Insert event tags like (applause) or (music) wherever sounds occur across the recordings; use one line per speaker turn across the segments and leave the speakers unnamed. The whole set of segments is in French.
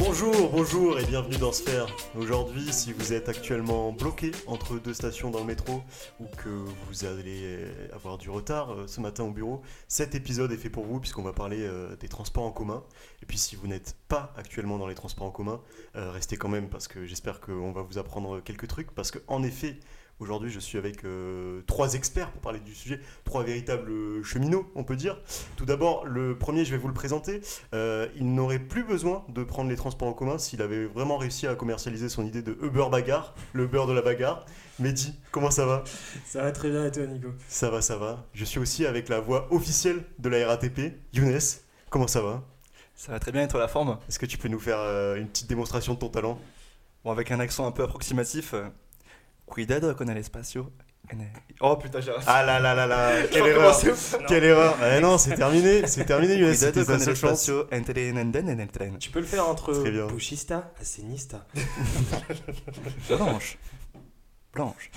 Bonjour, bonjour et bienvenue dans Sphère. Aujourd'hui, si vous êtes actuellement bloqué entre deux stations dans le métro ou que vous allez avoir du retard euh, ce matin au bureau, cet épisode est fait pour vous puisqu'on va parler euh, des transports en commun. Et puis si vous n'êtes pas actuellement dans les transports en commun, euh, restez quand même parce que j'espère qu'on va vous apprendre quelques trucs parce que en effet, aujourd'hui, je suis avec euh, trois experts pour parler du sujet, trois véritables euh, cheminots, on peut dire. Tout d'abord, le premier, je vais vous le présenter. Euh, il n'aurait plus besoin de prendre les transports en commun s'il avait vraiment réussi à commercialiser son idée de Uber bagarre, le beurre de la bagarre. Mehdi, comment ça va
Ça va très bien et toi, Nico
Ça va, ça va. Je suis aussi avec la voix officielle de la RATP, Younes. Comment ça va
Ça va très bien et toi la forme
Est-ce que tu peux nous faire euh, une petite démonstration de ton talent
Bon, avec un accent un peu approximatif. euh, Cuidado con el espacio. en el- Oh putain, j'ai arrêté.
Ah là là là là
Je
Quelle erreur
recommence.
Quelle erreur Eh non, c'est terminé, c'est terminé, Younes. C'était
Cuidado
ta
con el
seule chance.
espacio entre en anden en el tren.
Tu peux le faire entre
Très bien.
Bouchista et Sénista.
Blanche. Blanche.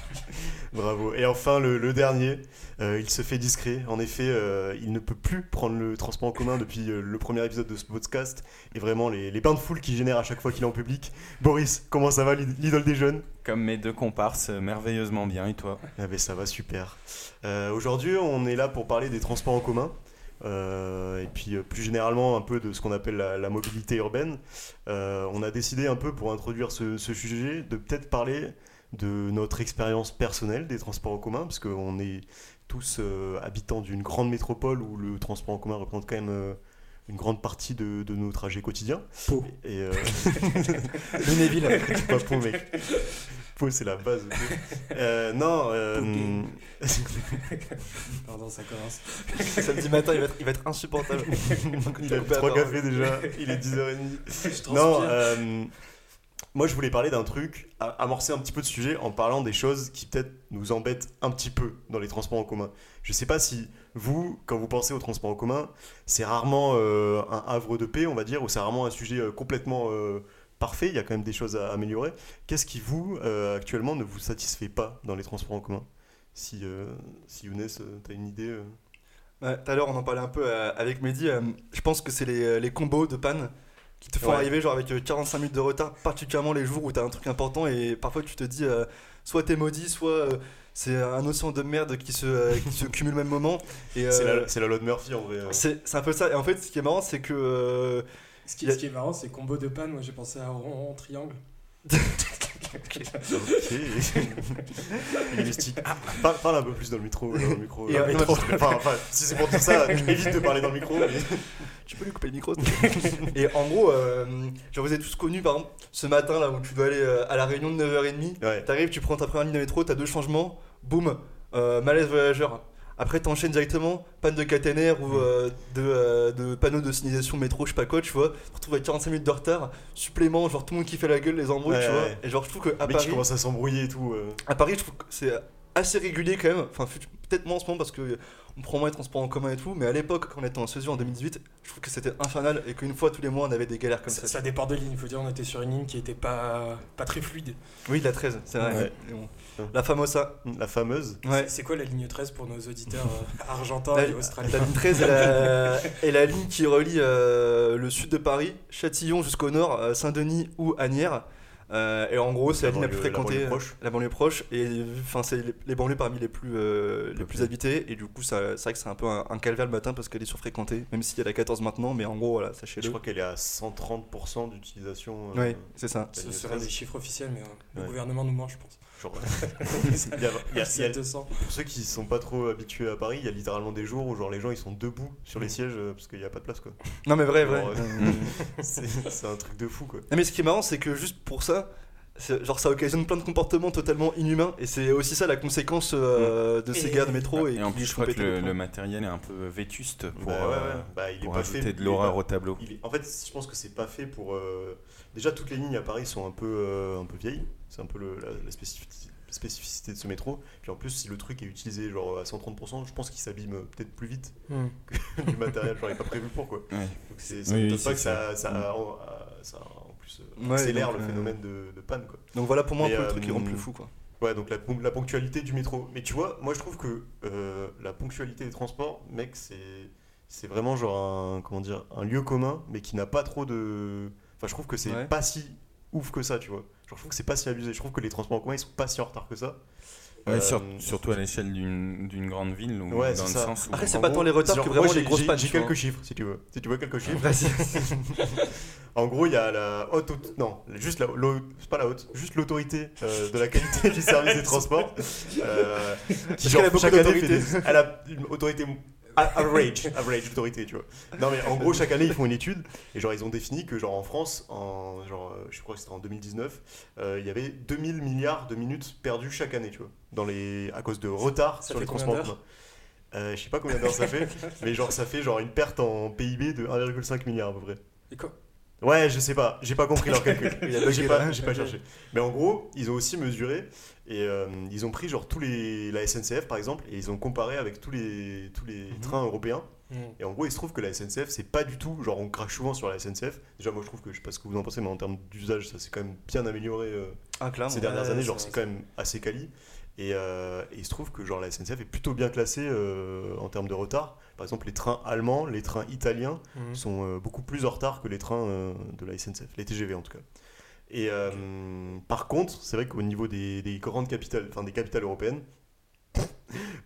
Bravo. Et enfin, le, le dernier, euh, il se fait discret. En effet, euh, il ne peut plus prendre le transport en commun depuis euh, le premier épisode de ce podcast et vraiment les, les bains de foule qu'il génère à chaque fois qu'il est en public. Boris, comment ça va, l'id- l'idole des jeunes
Comme mes deux comparses, euh, merveilleusement bien, et toi
Ah ben ça va super. Euh, Aujourd'hui, on est là pour parler des transports en commun. euh, et puis euh, plus généralement un peu de ce qu'on appelle la, la mobilité urbaine. Euh, on a décidé un peu pour introduire ce, ce sujet de peut-être parler de notre expérience personnelle des transports en commun, parce qu'on est tous euh, habitants d'une grande métropole où le transport en commun représente quand même euh, une grande partie de, de nos trajets quotidiens.
Pau.
Et, euh, (laughs)
Lunéville.
c'est pas Pau, mec. Pau, c'est la base. Euh, non, euh,
Pardon, ça commence.
Samedi matin, il va être, il va être insupportable.
(laughs) (laughs) Il a bu
Coupé à
trois
parole.
cafés déjà, il est 10h30.
(laughs) Je transpire.
Non, euh, moi je voulais parler d'un truc, a- amorcer un petit peu de sujet en parlant des choses qui peut-être nous embêtent un petit peu dans les transports en commun. Je sais pas si vous, quand vous pensez aux transports en commun, c'est rarement euh, un havre de paix, on va dire, ou c'est rarement un sujet euh, complètement euh, parfait, il y a quand même des choses à améliorer. Qu'est-ce qui vous, euh, actuellement, ne vous satisfait pas dans les transports en commun si, euh, si Younes, euh, t'as une idée euh,
Ouais, Tout à l'heure, on en parlait un peu euh, avec Mehdi. euh, je pense que c'est les, euh, les combos de panne qui te font
Ouais.
arriver genre avec euh, 45 minutes de retard, particulièrement les jours où t'as un truc important et parfois tu te dis euh, soit t'es maudit, soit euh, c'est un océan de merde qui se, euh, qui se cumule au même moment. Et,
C'est
euh,
la, c'est la loi de Murphy en vrai. euh.
c'est c'est un peu ça. Et en fait, ce qui est marrant, c'est que euh,
Ce qui,
il y a-
ce qui est marrant, c'est combo de panne. Moi, j'ai pensé à rond, rond, triangle.
(laughs)
Il est mystique. Parle, parle un peu plus dans le micro. Dans le micro,
Et,
dans le
euh,
micro.
(laughs)
Enfin, enfin, si c'est pour dire ça, évite de parler dans le micro. mais-
Tu peux lui couper le micro
(laughs)
s'il te plaît Et en gros, euh, genre, vous êtes tous connus par exemple ce matin là où tu dois aller euh, à la réunion de 9h30.
Ouais.
T'arrives, tu prends ta première ligne de métro, t'as deux changements, boum, euh, malaise voyageur. Après, t'enchaînes directement, panne de caténaire ou euh, de, euh, de panneau de signalisation métro, je sais pas quoi, tu vois. Tu te retrouves avec 45 minutes de retard, supplément, genre tout le monde qui fait la gueule, les embrouilles,
Ouais,
tu vois.
ouais.
Et genre, je trouve que à
Mais qui
Paris,
commence à s'embrouiller et tout. euh.
à Paris, je trouve que c'est assez régulier quand même. Enfin, fut- peut-être moins en ce moment parce que on prend moins les transports en commun et tout. Mais à l'époque, quand on était en CESU en 2018, je trouve que c'était infernal et qu'une fois tous les mois, on avait des galères comme
ça,
ça.
ça dépend des lignes. Il faut dire, on était sur une ligne qui était pas, pas très fluide.
Oui, de la 13, c'est vrai.
Ouais.
Mais bon.
Ouais.
La famosa.
La fameuse.
Ouais.
C'est- C'est quoi la ligne 13 pour nos
(laughs)
auditeurs euh, argentins
La,
et
la
australiens
ligne 13 est la, est la ligne qui relie euh, le sud de Paris, Châtillon jusqu'au nord, euh, Saint-Denis ou Agnières. Euh, et en gros, c'est la,
Ah, La
ligne la plus
banlieue- la
fréquentée, euh,
banlieue proche.
la banlieue proche, et enfin c'est les, les banlieues parmi les plus euh, les plus
Peuplées.
habitées. Et du coup, ça- c'est vrai que c'est un peu un, un calvaire le matin parce qu'elle est surfréquentée, même s'il y a la 14 maintenant. Mais en gros, voilà,
Je
sachez-le.
crois qu'elle est à 130% d'utilisation. euh,
Ouais, c'est ça.
la
Ce
ligne
seraient
13.
des chiffres officiels, mais euh, le
Ouais.
gouvernement nous ment, je pense.
(laughs) Genre, euh, il y a- il y a- il y a-
200.
pour ceux qui sont pas trop habitués à Paris, il y a littéralement des jours où genre les gens ils sont debout sur
Mm.
les sièges euh, parce qu'il n'y a pas de place
(laughs)
quoi.
Non, mais vrai, vrai.
Genre,
Euh,
C'est c'est un truc de fou quoi.
Non, mais ce qui est marrant, c'est que juste pour ça, c'est- genre ça occasionne plein de comportements totalement inhumains, et c'est aussi ça la conséquence
Mm.
euh, de ces
Et-
gars de métro.
Et en
qui
plus,
se
je crois
font
que
péter
le,
les plombs.
le matériel est un peu vétuste pour,
Bah ouais,
euh,
ouais. Bah, il est
pour
pas
ajouter
fait.
de
il est
l'horreur
pas-
au tableau.
Il est- En fait, je pense que c'est pas fait pour. euh, Déjà, toutes les lignes à Paris sont un peu, euh, un peu vieilles. C'est un peu le- la, la spécificité, spécificité de ce métro. Puis en plus, si le truc est utilisé genre à 130%, je pense qu'il s'abîme euh, peut-être plus vite
Hmm.
(laughs) que du matériel. Genre, il est pas prévu pour quoi.
Ouais.
Donc, c'est ça
Oui,
m'étonne
oui,
pas
c'est Hmm.
que ça, ça, en, euh, ça, en plus euh,
Ouais,
accélère
donc,
le
euh,
phénomène de, de panne quoi.
Donc voilà pour moi un
Mais,
peu le truc qui rend
euh,
plus
(laughs)
fou quoi.
Ouais, donc la, pon- la ponctualité du métro. Mais tu vois, moi je trouve que euh, la ponctualité des transports, mec, c'est c'est vraiment genre un comment dire un lieu commun, mais qui n'a pas trop de. Enfin, Enfin, je trouve que c'est
Ouais.
pas si ouf que ça, tu vois. Genre, je trouve que c'est pas si abusé. Je trouve que les transports en commun, ils sont pas si en retard que ça.
Ouais,
Euh,
sur- surtout à l'échelle d'une d'une grande ville, ou
Ouais,
dans le
c'est ça.
sens où.
Après, c'est
en
pas
gros,
tant les retards
genre,
que
moi,
vraiment
j'ai-
les grosses
j'ai-
pannes.
J'ai
tu vois.
quelques chiffres, si tu veux. Si tu veux quelques chiffres.
Vas-y.
En gros, il y a la haute, auto- non, juste la, l'au- c'est pas la haute, juste l'autorité euh, de la qualité du service des transports. euh, qui
Parce
genre,
qu'elle a beaucoup
chaque année,
d'autorité.
fait des- elle a une autorité a- average, average autorité, tu vois. Non mais en gros, chaque année, ils font une étude et genre ils ont défini que genre en France, en genre, euh, je crois que c'était en 2019, euh, il y avait 2000 milliards de minutes perdues chaque année, tu vois, dans les à cause de retard
Ça
sur
fait
les
combien
transports. en
d'heures
commun. Euh, je sais pas combien d'heures ça fait, mais genre ça fait genre une perte en PIB de 1,5 milliard à peu près.
Et quoi
Ouais, je sais pas, j'ai pas compris leur calcul.
(laughs) Il a bugué,
J'ai pas,
là.
j'ai pas cherché. Mais en gros, ils ont aussi mesuré et euh, ils ont pris genre tous les la SNCF par exemple et ils ont comparé avec tous les tous les
Mhm.
trains européens.
Hmm.
Et en gros, il se trouve que la SNCF c'est pas du tout genre on crache souvent sur la SNCF. Déjà, moi je trouve que je sais pas ce que vous en pensez, mais en termes d'usage, ça s'est quand même bien amélioré euh,
Ah, clairement.
ces dernières
ouais,
années.
ça
Genre
va,
c'est
ça
quand même assez quali. Et, euh, et il se trouve que genre la SNCF est plutôt bien classée euh, en termes de retard. Par exemple, les trains allemands, les trains italiens
Hmm.
sont euh, beaucoup plus en retard que les trains euh, de la SNCF, les TGV en tout cas. Et euh, par contre, c'est vrai qu'au niveau des, des grandes capitales, enfin des capitales européennes, (laughs)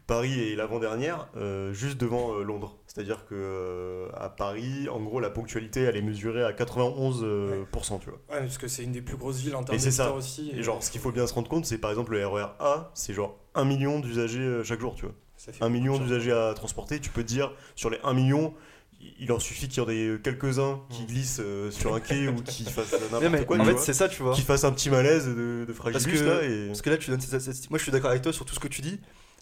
Paris est l'avant-dernière, euh, juste devant euh, Londres. C'est-à-dire que euh, à Paris, en gros, la ponctualité, elle est mesurée à 91%, euh, pourcent, tu vois.
Ouais, parce que c'est une des plus grosses villes en termes
Mais c'est ça.
d'habitants aussi.
Et genre, ce qu'il faut bien se rendre compte, c'est par exemple le RER A, c'est genre 1 million d'usagers euh, chaque jour, tu vois.
ça fait
1 million
beaucoup de gens.
d'usagers à transporter, tu peux dire sur les 1 million, il- il en suffit qu'il y en ait quelques-uns qui
Mm.
glissent euh, sur un quai ou qui
(laughs)
fassent n'importe
Ouais, mais
quoi,
en
tu
fait,
vois,
c'est ça, tu vois.
qui fassent un petit malaise de, de fragilus
Parce que-
là et...
Parce que là, tu donnes cette statistique. Moi, je suis d'accord avec toi sur tout ce que tu dis.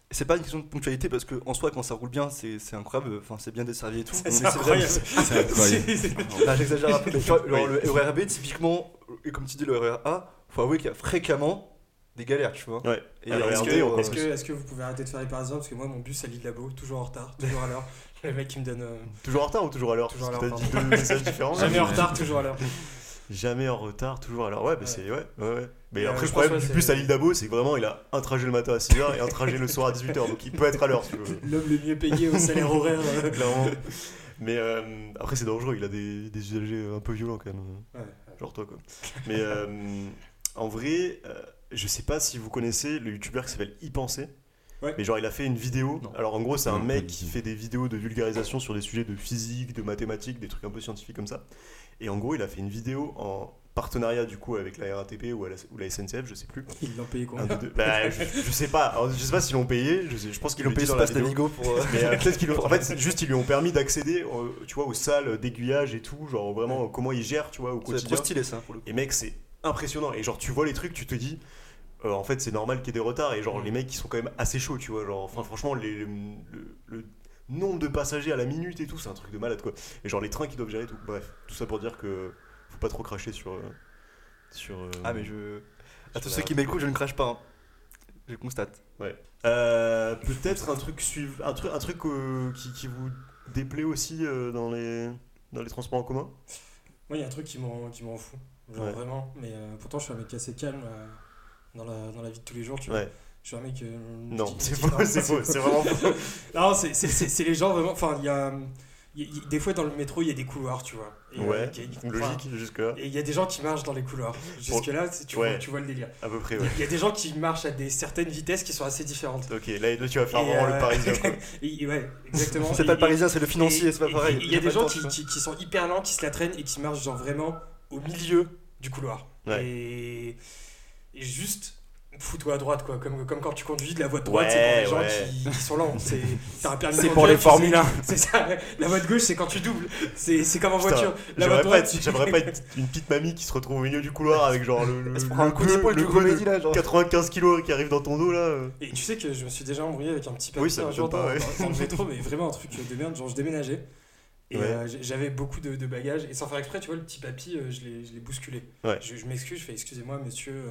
Et C'est pas une question de ponctualité parce que en soi, quand ça roule bien, c'est c'est incroyable. Enfin, c'est bien desservi et
(laughs)
tout.
C'est
Mais c'est vrai-
incroyable.
C'est
(laughs)
incroyable.
Bah, J'exagère un peu. mais tu vois, genre, le RER B, typiquement, et comme tu dis, le RER A, faut avouer qu'il y a fréquemment des galères, tu vois.
Ouais.
Et
Ah, le
est-ce
RER
Est-ce
RD,
que-
on
que,
encore
est-ce
plus.
que, est-ce que vous pouvez arrêter de faire les parisiens Parce que moi, mon bus, ça lit de labo, toujours en retard, toujours à l'heure. (laughs) Le mec, il me donne. euh,
Toujours en retard ou toujours à l'heure
Toujours à
Parce que
l'heure,
T'as dit deux messages différents.
Ouais,
jamais en
mais-
retard, toujours à l'heure.
Jamais en retard, toujours à l'heure. Ouais, bah
Ouais.
c'est. Ouais, ouais, ouais. Mais
Euh,
après, le
je pense,
problème
ouais,
du
c'est-
bus à l'île d'Abo, c'est que vraiment, il a un trajet le matin à 6h et un trajet le soir à 18h. Donc il peut être à l'heure si tu
(laughs)
veux.
L'homme le mieux payé au salaire horaire.
(laughs)
euh.
Clairement. Mais euh, après, c'est dangereux, il a des, des usagers un peu violents quand même.
Ouais.
Genre toi, quoi. Mais euh, en vrai, euh, je sais pas si vous connaissez le youtubeur qui s'appelle Y Penser.
Ouais.
Mais genre, il a fait une vidéo.
Non.
Alors en gros, c'est un
Non, pas
mec
du
qui
tout.
fait des vidéos de vulgarisation sur des sujets de physique, de mathématiques, des trucs un peu scientifiques comme ça. Et en gros, il a fait une vidéo en partenariat du coup avec la RATP ou, à la, ou la SNCF, je sais plus.
Ils l'ont payé
Un
combien
des deux. Bah, je, je sais pas. Alors, je sais pas s'ils l'ont payé. Je, sais- je pense qu'ils
Ils ont
l'ont
payé
payé dans la
Space
vidéo.
Navigo pour. euh,
(laughs) Mais euh, peut-être qu'ils lui ont- En fait, c'est juste, ils lui ont permis d'accéder, euh, tu vois, aux salles d'aiguillage et tout, genre vraiment euh, comment ils gèrent, tu vois, au
C'est trop
quotidien.
stylé, ça, pour le coup.
Et mec, c'est impressionnant. Et genre, tu vois les trucs, tu te dis, euh, en fait, c'est normal qu'il y ait des retards. Et
Mm.
genre, les mecs, ils sont quand même assez chauds, tu vois. Genre, enfin, franchement, les- le, le nombre de passagers à la minute et tout, c'est un truc de malade, quoi. Et genre, les trains qui doivent gérer tout. Bref, tout ça pour dire que faut pas trop cracher sur. euh, sur euh,
Ah, mais je. À tous
la-
ceux qui m'écoutent, je ne crache pas. hein. Je constate.
Euh, peut-être un truc suiv- un truc un truc euh, qui, qui vous déplaît aussi euh, dans les dans les transports en commun
Moi, il y a un truc qui m'en qui m'en fout. Genre
Ouais.
vraiment. Mais euh, pourtant, je suis un mec assez calme euh, dans, la, dans la vie de tous les jours, tu vois.
ouais
Je suis un mec. euh,
non
qui-
c'est
qui
faux
parle-
c'est faux c'est
(laughs)
vraiment faux
(laughs) Non, c'est- c'est c'est- c'est les gens vraiment. Enfin, il y a. il y- il- des fois, dans le métro, il y a des couloirs, tu vois. Et, euh,
ouais
il y a- enfin,
logique jusque là
Et il y a des gens qui marchent dans les couloirs. Jusque-là, c'est- tu, vois-
Ouais.
tu vois le délire.
à peu près
Il y a-
ouais
il y a des gens qui marchent à des certaines vitesses qui sont assez différentes.
ok là, là, tu vas faire
Et,
vraiment
euh,
le
(laughs)
parisien quoi.
Et- et ouais, exactement.
C'est
Et-
pas le
et-
parisien, c'est le
et-
financier, c'est pas
et-
pareil.
et Il y a des
pas
gens
le temps,
qui,
tu vois.
qui- qui sont hyper lents, qui se la traînent et qui marchent genre vraiment au milieu du couloir.
Ouais.
Et, et juste, fous-toi à droite, quoi. Comme, comme quand tu conduis de la voie de droite, c'est
Ouais,
pour les gens
ouais.
qui, qui sont lents. C'est t'as un permis de
C'est
conduire,
pour les
tu sais.
Formule 1.
(laughs) C'est ça. La voie de gauche, c'est quand tu doubles. C'est c'est comme en
Putain,
voiture. La
J'aimerais
voie de
pas,
droite,
être,
tu-
j'aimerais pas être une petite mamie qui se retrouve au milieu du couloir avec genre le, le,
Elle se
le
prend un coup
gueux-
d'épaule
le
de
gueux de
comédie là, genre.
95 kilos qui arrive dans ton dos là. euh.
Et tu sais que je me suis déjà embrouillé avec un petit
Oui, ça
papier
m'étonne
un jour
pas,
dans,
ouais.
dans- dans
(laughs)
le métro, mais vraiment un truc de merde. Genre, je déménageais et
Ouais.
euh, j- j'avais beaucoup de, de bagages. Et sans faire exprès, tu vois, le petit papy, euh, je l'ai je l'ai bousculé.
Ouais.
Je, je m'excuse, je fais excusez-moi, monsieur. euh,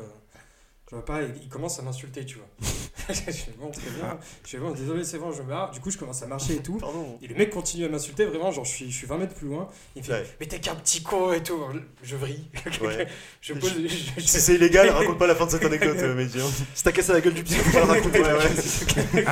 Je vois pas, il, il commence à m'insulter,
(laughs)
tu vois. (laughs) je fais bon, très bien. Je fais bon, désolé, c'est bon, je me barre. Du coup, je commence à marcher et tout. (laughs)
Pardon.
Et le mec continue à m'insulter, vraiment, genre je suis, je suis 20 mètres plus loin. Il me fait
Ouais.
Mais t'es qu'un petit con et tout. Je vrille.
Ouais. (laughs)
je pose. Je, je-
Si c'est illégal, raconte pas la fin de cette anecdote, euh, Mehdi, hein.
Si t'as cassé la gueule du pied, faut
(laughs)
pas le raconter. Ah,
Ouais,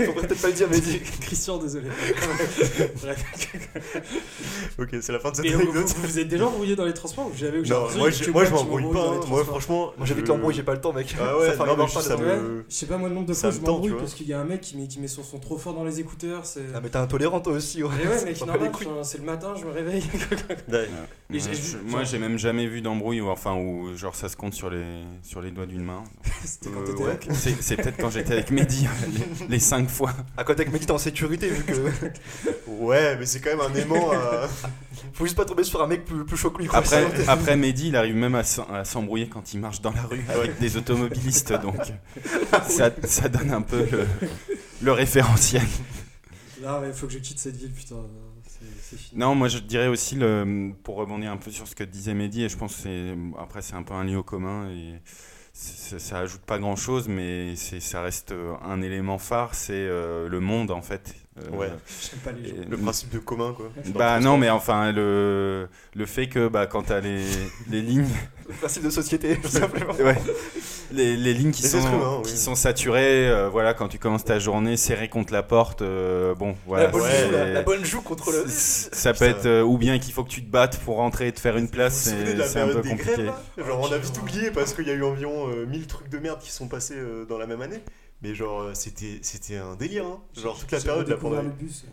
ouais.
Faut peut-être pas le dire, mais dis.
(laughs) Christian, désolé.
(laughs)
Bref.
Ok, c'est la fin de cette
Mais vous, vous,
anecdote.
vous êtes déjà embrouillé dans les transports ou j'avais j'ai
Non,
l'impression
moi
que
je
tu-
moi, je
tu
m'embrouille
m'embrouilles dans
pas. hein.
les
Moi
transports.
franchement.
Moi j'avais
je-
que l'embrouille, j'ai pas le temps, mec.
Ah ouais,
fait
non, mais
vraiment
je-
pas
ça
de-
me-
Ouais, je sais pas moi le nombre de
ça
fois
me
je
tente, tu
m'embrouille
vois.
parce qu'il y a un mec qui met, qui met son son trop fort dans les écouteurs. C'est.
Ah, mais t'es intolérant toi aussi, ouais.
Mais ouais, mec,
C'est pas
normal,
les couilles.
je- c'est le matin, je me réveille. (laughs)
Ouais.
Mais j'ai-
Ouais, je-
genre-
moi, j'ai même jamais vu d'embrouille où, enfin, où genre ça se compte sur les, sur les doigts d'une main.
C'était quand
Euh,
t'étais
ouais.
avec.
C'est c'est peut-être quand j'étais avec Mehdi, hein, les- les cinq
(laughs)
fois.
À côté avec Mehdi, t'es en sécurité vu que.
(laughs) Ouais, mais c'est quand même un aimant à.
Faut juste pas tomber sur un mec plus, plus chaud que lui. quoi.
Après,
Sinon, t'es-
après Mehdi, il arrive même à s'en- à s'embrouiller quand il marche dans la
Ah
rue avec des automobilistes, donc
(laughs)
ça, ça donne un peu le, le référentiel.
Là, ouais, faut que je quitte cette ville, putain. c'est- C'est fini.
Non, moi je dirais aussi, le, pour rebondir un peu sur ce que disait Mehdi, et je pense que c'est, après c'est un peu un lieu commun, et c'est- ça ajoute pas grand chose, mais c'est, ça reste euh, un élément phare, c'est euh, le monde en fait. Euh,
Ouais.
J'aime pas les gens.
et-
Le principe de commun, quoi.
Bah non, mais enfin, le, le fait que bah, quand t'as les,
(laughs)
les lignes (laughs)
Le principe de société, tout simplement.
Ouais. Les, les lignes qui,
Les
sont,
êtres humains,
qui
oui.
sont saturées, euh, voilà, quand tu commences ta journée, serré contre la porte, euh, bon,
La
voilà.
bonne
ouais.
joue,
c'est-
la- la bonne joue contre le.
c'est- Ça peut
Putain.
être, euh, ou bien qu'il faut que tu te battes pour rentrer et te faire une place,
Vous vous souvenez de
c'est
la
c'est un peu
période des
compliqué.
grèves là Genre on a vite oublié parce qu'il y a eu environ euh, 1000 trucs de merde qui sont passés euh, dans la même année. Mais genre euh, c'était c'était un délire hein. Genre toute la
J'ai
période là
redécouvert
pendant
le bus.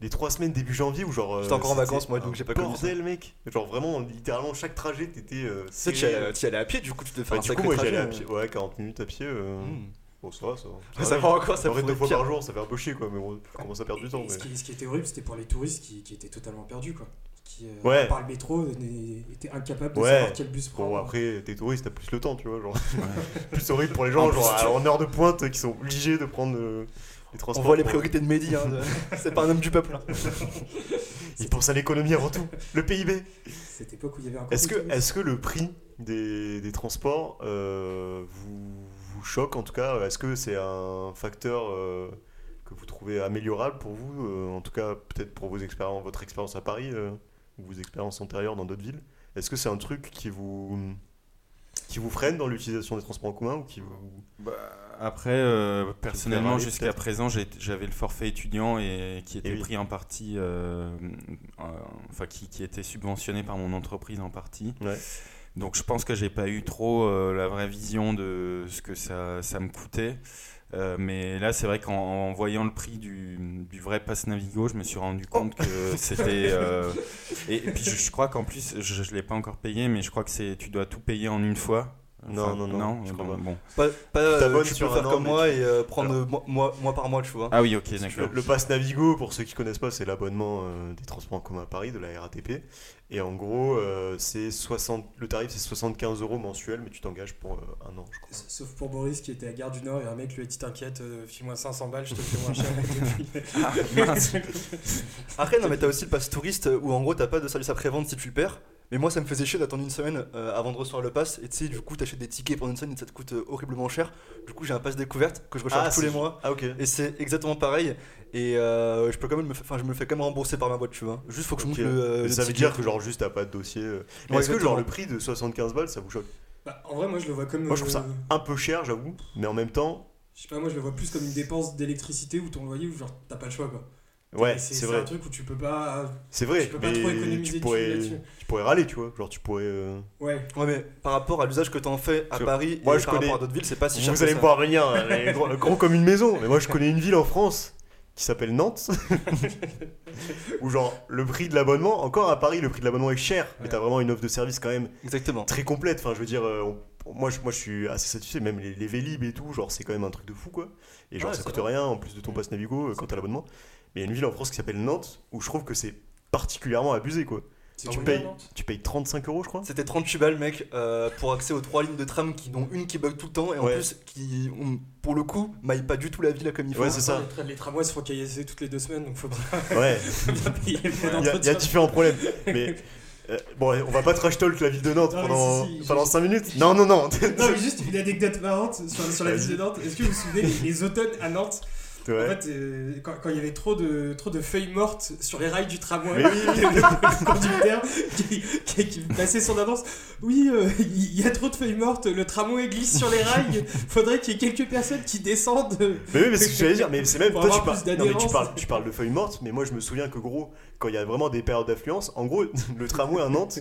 les 3 semaines début janvier où genre euh,
J'étais encore en
c'était
vacances, moi, donc
un
j'ai pas connu ça.
Bordel mec. Genre vraiment littéralement chaque trajet t'étais euh,
Tu sais,
serré.
tu y allais- tu y allais à pied, du coup, tu devais
Bah,
faire un
du coup
sacré
moi j'allais
trajet. euh.
à pied ouais 40 minutes à pied euh,
Hmm.
bon ça va ça.
Ça va encore, ça
ça
pourrait
deux
être
fois
pire.
par jour ça fait un peu chier quoi mais bon tu commences à perdre du
Et-
temps
et
mais
ce, qui, ce qui était horrible, c'était pour les touristes qui, qui étaient totalement perdus, quoi. Qui, euh,
Ouais.
par le métro, n- étaient incapables de
Ouais.
savoir quel bus prendre.
Bon après t'es touriste t'as plus le temps tu vois genre
Oh. Ouais.
(laughs) plus horrible pour les
En
gens
plus,
genre
tu-
à- en heure de pointe qui sont obligés de prendre euh, les
On
transports.
voit les
pour-
priorités de Mehdi, hein,
(laughs)
de- c'est pas un homme du peuple. hein.
Ils pensent à l'économie avant
(laughs)
tout, le PIB.
Cette époque où il y avait un
Est-ce que,
concours de
est que le prix des, des transports euh, vous, vous choque en tout cas Est-ce que c'est un facteur euh, que vous trouvez améliorable pour vous euh, En tout cas, peut-être pour vos expériences, votre expérience à Paris euh, ou vos expériences antérieures dans d'autres villes. Est-ce que c'est un truc qui vous qui vous freine dans l'utilisation des transports en commun ou qui vous
Bah, après, euh, personnellement,
râler,
jusqu'à
peut-être
présent, j'ai- j'avais le forfait étudiant et qui était
oui.
pris en partie, euh, euh, enfin qui, qui était subventionné par mon entreprise en partie.
Ouais.
Donc je pense que j'ai pas eu trop euh, la vraie vision de ce que ça, ça me coûtait. Euh, mais là, c'est vrai qu'en en voyant le prix du, du vrai pass Navigo, je me suis rendu
Oh.
compte que c'était. euh, et, et puis, je, je crois qu'en plus, je, je l'ai pas encore payé, mais je crois que c'est tu dois tout payer en une fois.
Non, non, non, je crois
bon,
pas.
bon.
Pas, pas euh,
t'abonnes
tu peux
sur
faire
un an,
comme
mais
moi et euh, prendre euh, mois, mois- mois par mois, tu vois.
Ah oui, ok, d'accord.
le, le pass Navigo, pour ceux qui connaissent pas, c'est l'abonnement euh, des transports en commun à Paris de la RATP. Et en gros, euh, c'est 60, le tarif c'est 75 euros mensuels, mais tu t'engages pour euh, un an, je crois.
S- Sauf pour Boris qui était à Gare du Nord et un mec lui a dit T'inquiète, euh, file-moi 500 balles, je te fais
(laughs)
moins cher. (laughs)
Ah,
mince.
Après, non, mais t'as aussi le pass touriste euh, où en gros t'as pas de service après-vente si tu le perds. Mais moi, ça me faisait chier d'attendre une semaine euh, avant de recevoir le pass. Et tu sais, du coup, t'achètes des tickets pour une semaine et ça te coûte euh, horriblement cher. Du coup, j'ai un pass découverte que je recharge tous
c'est-
les mois.
Ah ok.
Et c'est exactement pareil. Et euh, je peux quand même me, fa- enfin, je me le fais quand même rembourser par ma boîte, tu vois. Juste faut que je
Ok.
monte le. euh,
Mais
le
ça veut
ticket.
dire que genre juste t'as pas de dossier. euh. Mais
Ouais,
est-ce que genre le prix
exactement.
de 75 balles ça vous choque
Bah, en vrai, moi je le vois comme.
Moi, je trouve ça
euh,
Un peu cher j'avoue, mais en même temps,
Je sais pas, moi je le vois plus comme une dépense d'électricité ou ton loyer où genre t'as pas le choix quoi.
ouais
Et
c'est vrai,
un truc où tu peux pas,
c'est vrai.
tu peux pas trop
Mais
économiser
tu
dessus,
pourrais,
là-dessus.
tu pourrais râler tu vois, genre tu pourrais. euh,
Ouais.
Ouais, mais par rapport à l'usage que t'en fais à
Parce que
Paris
moi,
et
je
par
connais-
rapport à d'autres villes, c'est pas si cher.
vous
que
allez
ça.
me voir venir, hein, les
(laughs)
gros, gros comme une maison. Mais moi, je connais une ville en France qui s'appelle
(laughs)
Nantes. Où, genre, le prix de l'abonnement, encore à Paris, le prix de l'abonnement est cher. Mais
Ouais.
t'as vraiment une offre de service quand même
Exactement.
très complète. Enfin, je veux dire, euh, on- moi, je, moi, je suis assez satisfait. Même les, les Vélib et tout, genre, c'est quand même un truc de fou, quoi. Et genre,
Ouais,
ça
c'est
coûte
vrai. Mm.
rien en plus de ton pass Navigo euh, quand t'as l'abonnement. Mais il y a une ville en France qui s'appelle Nantes où je trouve que c'est particulièrement abusé, quoi.
Si
Tu
veux,
payes,
Nantes.
tu payes 35 euros, je crois.
C'était 38 balles, mec, euh, pour accès aux trois lignes de tram, qui, dont une qui bug tout le temps, et en
Ouais.
plus, qui, on- pour le coup, maille pas du tout la ville comme il faut.
Ouais, c'est ça.
Les, tra- les tramways se
(laughs)
font caillasser toutes les deux semaines donc faut bien,
Ouais.
faut bien payer les frais
Il y a- il y, a
d'entretien.
différents problèmes. Mais Euh, bon, on va pas trash talk la ville de Nantes
Non, mais
pendant,
si, si,
pendant
je-
5 minutes. Non, non, (laughs) non.
Non, mais juste une anecdote marrante sur, sur la ville de Nantes. Est-ce que vous vous souvenez les, les automnes à Nantes En
Ouais.
fait, euh, quand quand il y avait trop de, trop de feuilles mortes sur les rails du tramway,
Mais oui, oui,
(laughs)
oui.
le conducteur qui, qui- qui passait son annonce Oui, euh, il y a trop de feuilles mortes, le tramway glisse sur les rails, faudrait qu'il y ait quelques personnes qui descendent.
Mais oui, mais c'est ce que j'allais dire, mais c'est même
Pour
toi tu
avoir
parles,
plus
non, mais tu,
d'adhérence.
parles, tu parles de feuilles mortes, mais moi je me souviens que gros, quand il y a vraiment des périodes d'affluence, en gros, (laughs) le tramway à Nantes,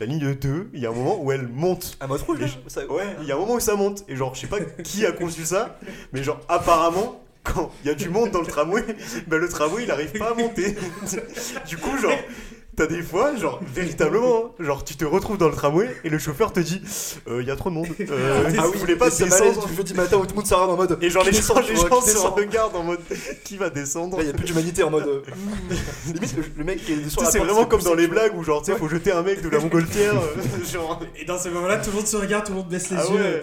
la ligne 2, il y a un moment où elle monte.
À mode rouge,
Les-
là, ça- Ah
Ouais, il y a un moment où ça monte, et genre, je sais pas qui a conçu ça, mais genre, apparemment. Quand il y a du monde dans le tramway, (laughs) bah le tramway il arrive pas à monter. (laughs) Du coup, genre, t'as des fois, genre, véritablement, hein, genre, tu te retrouves dans le tramway et le chauffeur te dit Euh, Il y a trop de monde. Euh,
Ah
vous
oui,
voulez pas
ce malaise
descendre
du jeudi matin où tout le monde s'arrête en (laughs) mode.
Et genre, (laughs) les
qui
gens,
descend,
les
tu vois,
gens
qui
se
descend.
regardent en mode Qui va descendre
Là, il y a plus d'humanité en (laughs) mode. euh, Limite, le- le mec qui est sur
Tu sais,
la
c'est
porte,
vraiment comme dans les
poussé,
blagues où genre tu sais faut jeter un mec de la montgolfière euh, (laughs) genre
Et dans ce moment-là, tout le monde se regarde, tout le monde baisse les
Ah
yeux,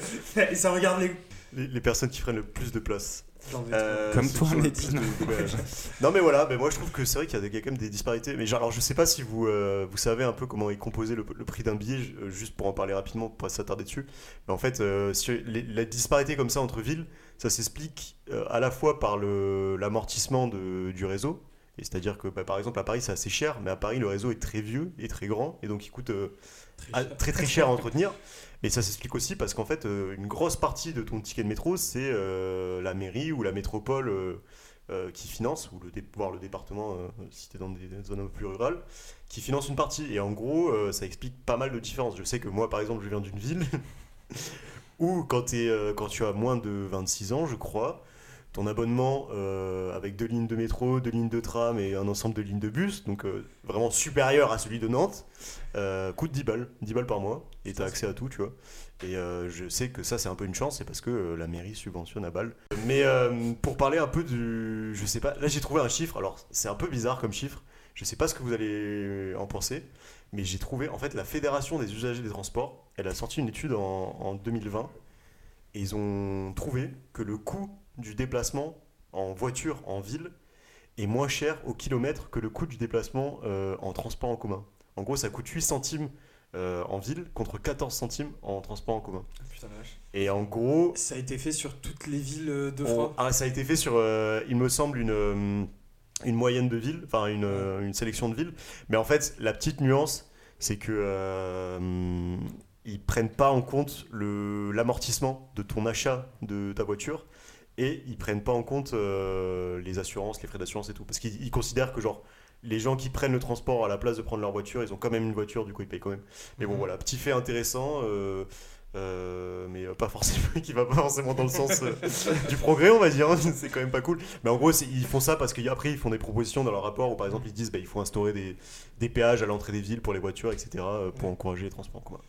et ça regarde les.
les, les personnes qui prennent le plus de place
Dans des-
Euh,
Comme
ceux
toi,
qui ont le
Mehdi,
plus de- de
(laughs)
voyages. non mais voilà mais moi je trouve que c'est vrai qu'il y a des- il y a quand même des disparités mais genre alors je sais pas si vous euh, vous savez un peu comment est composé le, le prix d'un billet je- euh, juste pour en parler rapidement pour pas s'attarder dessus mais en fait euh, si- les- la disparité comme ça entre villes ça s'explique euh, à la fois par le l'amortissement de- du réseau et c'est-à-dire que bah, par exemple à Paris c'est assez cher, mais à Paris le réseau est très vieux et très grand et donc il coûte euh, ah, très très cher à entretenir. Mais ça s'explique aussi parce qu'en fait, euh, une grosse partie de ton ticket de métro, c'est euh, la mairie ou la métropole euh, euh, qui finance, ou le dé- voire le département, euh, si t'es dans des, des zones un peu plus rurales, qui finance une partie. Et en gros, euh, ça explique pas mal de différences. Je sais que moi, par exemple, je viens d'une ville (laughs) où quand, t'es, euh, quand tu as moins de 26 ans, je crois, ton abonnement euh, avec deux lignes de métro, deux lignes de tram et un ensemble de lignes de bus, donc euh, vraiment supérieur à celui de Nantes, euh, coûte 10 balles, 10 balles par mois, et t'as accès à tout, tu vois. Et euh, je sais que ça c'est un peu une chance, c'est parce que euh, la mairie subventionne à balle. Mais euh, pour parler un peu du, je sais pas, là j'ai trouvé un chiffre, alors c'est un peu bizarre comme chiffre, je sais pas ce que vous allez en penser, mais j'ai trouvé, en fait la Fédération des usagers des transports, elle a sorti une étude en, en 2020, et ils ont trouvé que le coût du déplacement en voiture en ville est moins cher au kilomètre que le coût du déplacement euh, en transport en commun. En gros, ça coûte 8 centimes euh, en ville contre 14 centimes en transport en commun.
Putain, la vache.
Et en gros,
Ça a été fait sur toutes les villes euh, de
on-
France.
ah, ça a été fait sur, euh, il me semble, une, euh, une moyenne de villes, enfin une, euh, une sélection de villes. Mais en fait, la petite nuance, c'est que euh, ils prennent pas en compte le- l'amortissement de ton achat de ta voiture et ils prennent pas en compte euh, les assurances, les frais d'assurance et tout. Parce qu'ils ils considèrent que genre les gens qui prennent le transport à la place de prendre leur voiture, ils ont quand même une voiture, du coup ils payent quand même. Mais
Mmh.
bon voilà, petit fait intéressant, euh, euh, mais euh, pas forcément (laughs) qui va pas forcément dans le sens euh, du progrès, on va dire. hein, c'est quand même pas cool. Mais en gros, c'est- ils font ça parce qu'après ils font des propositions dans leur rapport où par exemple ils disent bah, il faut instaurer des, des péages à l'entrée des villes pour les voitures, etc. euh, pour encourager les transports. en commun.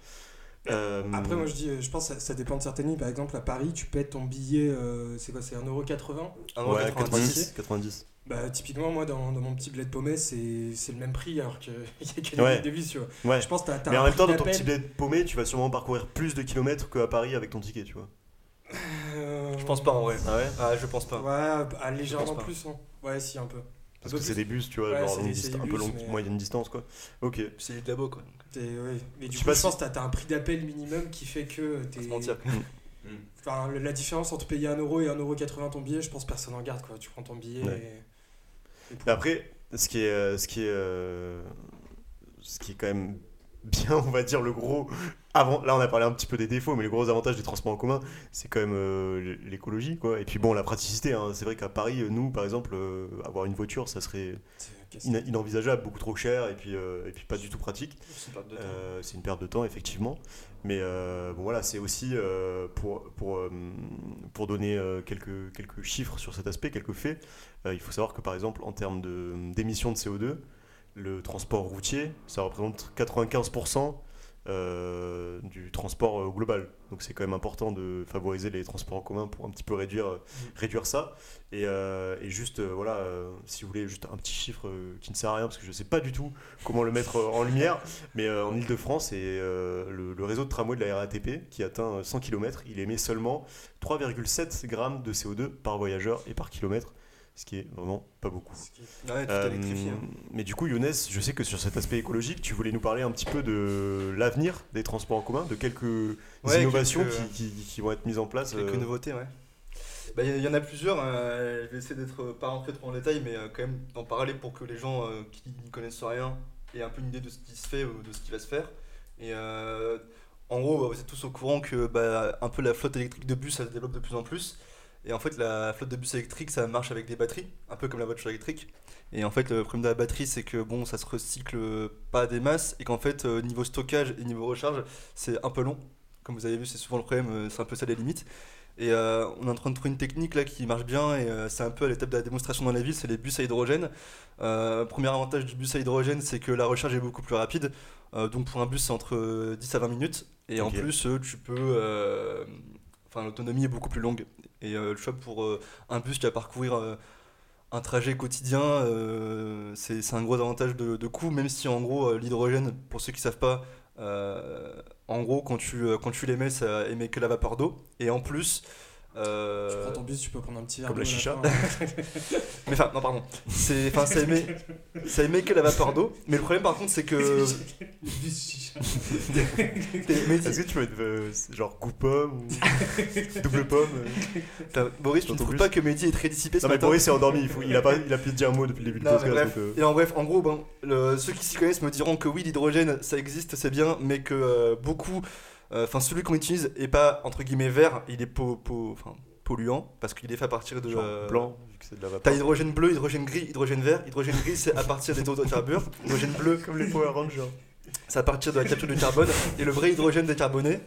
Euh,
Après, moi je dis, euh, je pense que ça, ça dépend de certaines villes. Par exemple, à Paris, tu paies ton billet, euh, c'est quoi C'est 1,80€
Ah non,
ouais, 90.
90.
90.
Bah, typiquement, moi dans, dans mon petit bled paumé, c'est c'est le même prix alors qu'il y a que (laughs) des
Ouais.
villes de ville, tu vois.
Ouais.
Je pense que t'as- t'as
Mais
un
en même
prix
temps, dans ton
d'appel.
petit bled paumé, tu vas sûrement parcourir plus de kilomètres qu'à Paris avec ton ticket, tu vois.
Euh,
Je pense pas en vrai.
Ah ouais
Ah, je pense pas.
Ouais, à
Je
légèrement
pense pas.
plus, hein. Ouais, si, un peu.
Parce
Un
que
peu
c'est
plus.
des bus, tu vois,
Ouais,
genre
Bah, c'est
longue
des- c'est
dista-
des
un peu
bus,
longue,
mais-
moyenne distance, quoi. Ok.
C'est du labo quoi.
T'es- ouais. Mais
Je
du
sais
coup,
pas
je
si-
pense que t'as- t'as un prix d'appel minimum qui fait que
Faut
t'es.
se mentir.
Enfin, le- la différence entre payer 1€ et 1,80€ ton billet, je pense que personne en garde quoi. Tu prends ton billet et. et
Et après, ce qui est, euh, ce qui est, euh, ce qui est quand même bien, on va dire le gros. Avant, là, on a parlé un petit peu des défauts, mais le gros avantage des transports en commun, c'est quand même euh, l'écologie, quoi. Et puis bon, la praticité. hein. C'est vrai qu'à Paris, euh, nous, par exemple, euh, avoir une voiture, ça serait
c'est- qu'est-ce que-
ina- inenvisageable, beaucoup trop cher, et puis, euh, et puis pas du tout pratique.
C'est une perte de temps.
Euh, c'est une perte de temps, effectivement. Mais euh, bon, voilà, c'est aussi euh, pour, pour, euh, pour donner euh, quelques, quelques chiffres sur cet aspect, quelques faits. euh, il faut savoir que, par exemple, en termes de- d'émissions de, CO2, le transport routier, ça représente 95% euh, du transport euh, global. Donc c'est quand même important de favoriser les transports en commun pour un petit peu réduire, euh,
Mm.
réduire ça. Et, euh, et juste, euh, voilà, euh, si vous voulez, juste un petit chiffre euh, qui ne sert à rien, parce que je ne sais pas du tout comment le mettre euh, en lumière, mais euh, en Ile-de-France, et, euh, le, le réseau de tramway de la RATP, qui atteint euh, 100 km, il émet seulement 3,7 grammes de CO2 par voyageur et par kilomètre. ce qui est vraiment pas beaucoup.
Ouais, tout
Euh,
électrifié. hein.
mais du coup, Younes, je sais que sur cet aspect écologique, tu voulais nous parler un petit peu de l'avenir des transports en commun, de quelques
Ouais,
innovations
quelques- euh,
qui, qui- qui vont être mises en place.
Quelques
euh,
nouveautés, ouais. Bah, Il y, y en a plusieurs, euh, je vais essayer d'être euh, pas rentrer trop en détail, mais euh, quand même d'en parler pour que les gens euh, qui n'y connaissent rien aient un peu une idée de ce qui se fait ou de ce qui va se faire. Et euh, en gros, bah, vous êtes tous au courant que bah, un peu la flotte électrique de bus, ça se développe de plus en plus. Et en fait, la flotte de bus électrique, ça marche avec des batteries, un peu comme la voiture électrique. Et en fait, le problème de la batterie, c'est que bon, ça se recycle pas des masses, et qu'en fait, euh, niveau stockage et niveau recharge, c'est un peu long. Comme vous avez vu, c'est souvent le problème, euh, c'est un peu ça les limites. Et euh, on est en train de trouver une technique là qui marche bien et euh, c'est un peu à l'étape de la démonstration dans la ville, c'est les bus à hydrogène. Euh, premier avantage du bus à hydrogène, c'est que la recharge est beaucoup plus rapide. Euh, donc pour un bus, c'est entre euh, 10 à 20 minutes. Et en
Ok.
plus, euh, tu peux. euh, Enfin, l'autonomie est beaucoup plus longue. Et euh, le choix pour euh, un bus qui va parcourir euh, un trajet quotidien, euh, c'est c'est un gros avantage de, de coût, même si en gros, euh, l'hydrogène, pour ceux qui savent pas, euh, en gros, quand tu, euh, quand tu l'émets, ça émet que la vapeur d'eau. Et en plus. euh,
Tu prends ton bus, tu peux prendre un petit verre
Comme la
d'eau à
chicha.
fin, hein.
(laughs)
mais enfin, non, pardon. C'est, enfin, ça, émet, ça émet que la vapeur d'eau. Mais le problème, par contre, c'est que. Mais dis-
Est-ce que tu peux être euh, genre coup pomme
(laughs)
ou double pomme euh
t'as- Boris, tu
Dans
ne
ton
trouves
bus.
pas que Mehdi est très dissipé ce
Non mais
matin
Boris s'est endormi, il, faut- il a pas, il a plus dit un mot depuis le début du
Non, mais
podcast.
bref.
donc, euh,
Et en bref, en gros, ben, le- ceux qui s'y connaissent me diront que oui, l'hydrogène, ça existe, c'est bien, mais que euh, beaucoup, euh, enfin celui qu'on utilise est pas entre guillemets vert, il est po- po- enfin, polluant parce qu'il est fait à partir de
genre
euh,
blanc, vu que c'est de la
T'as
vapeur.
hydrogène bleu, hydrogène gris, hydrogène vert. Hydrogène gris, c'est à partir des hydrocarbures. Hydrogène bleu,
Comme les Power Rangers.
c'est à partir de la capture du carbone. Et le vrai hydrogène décarboné.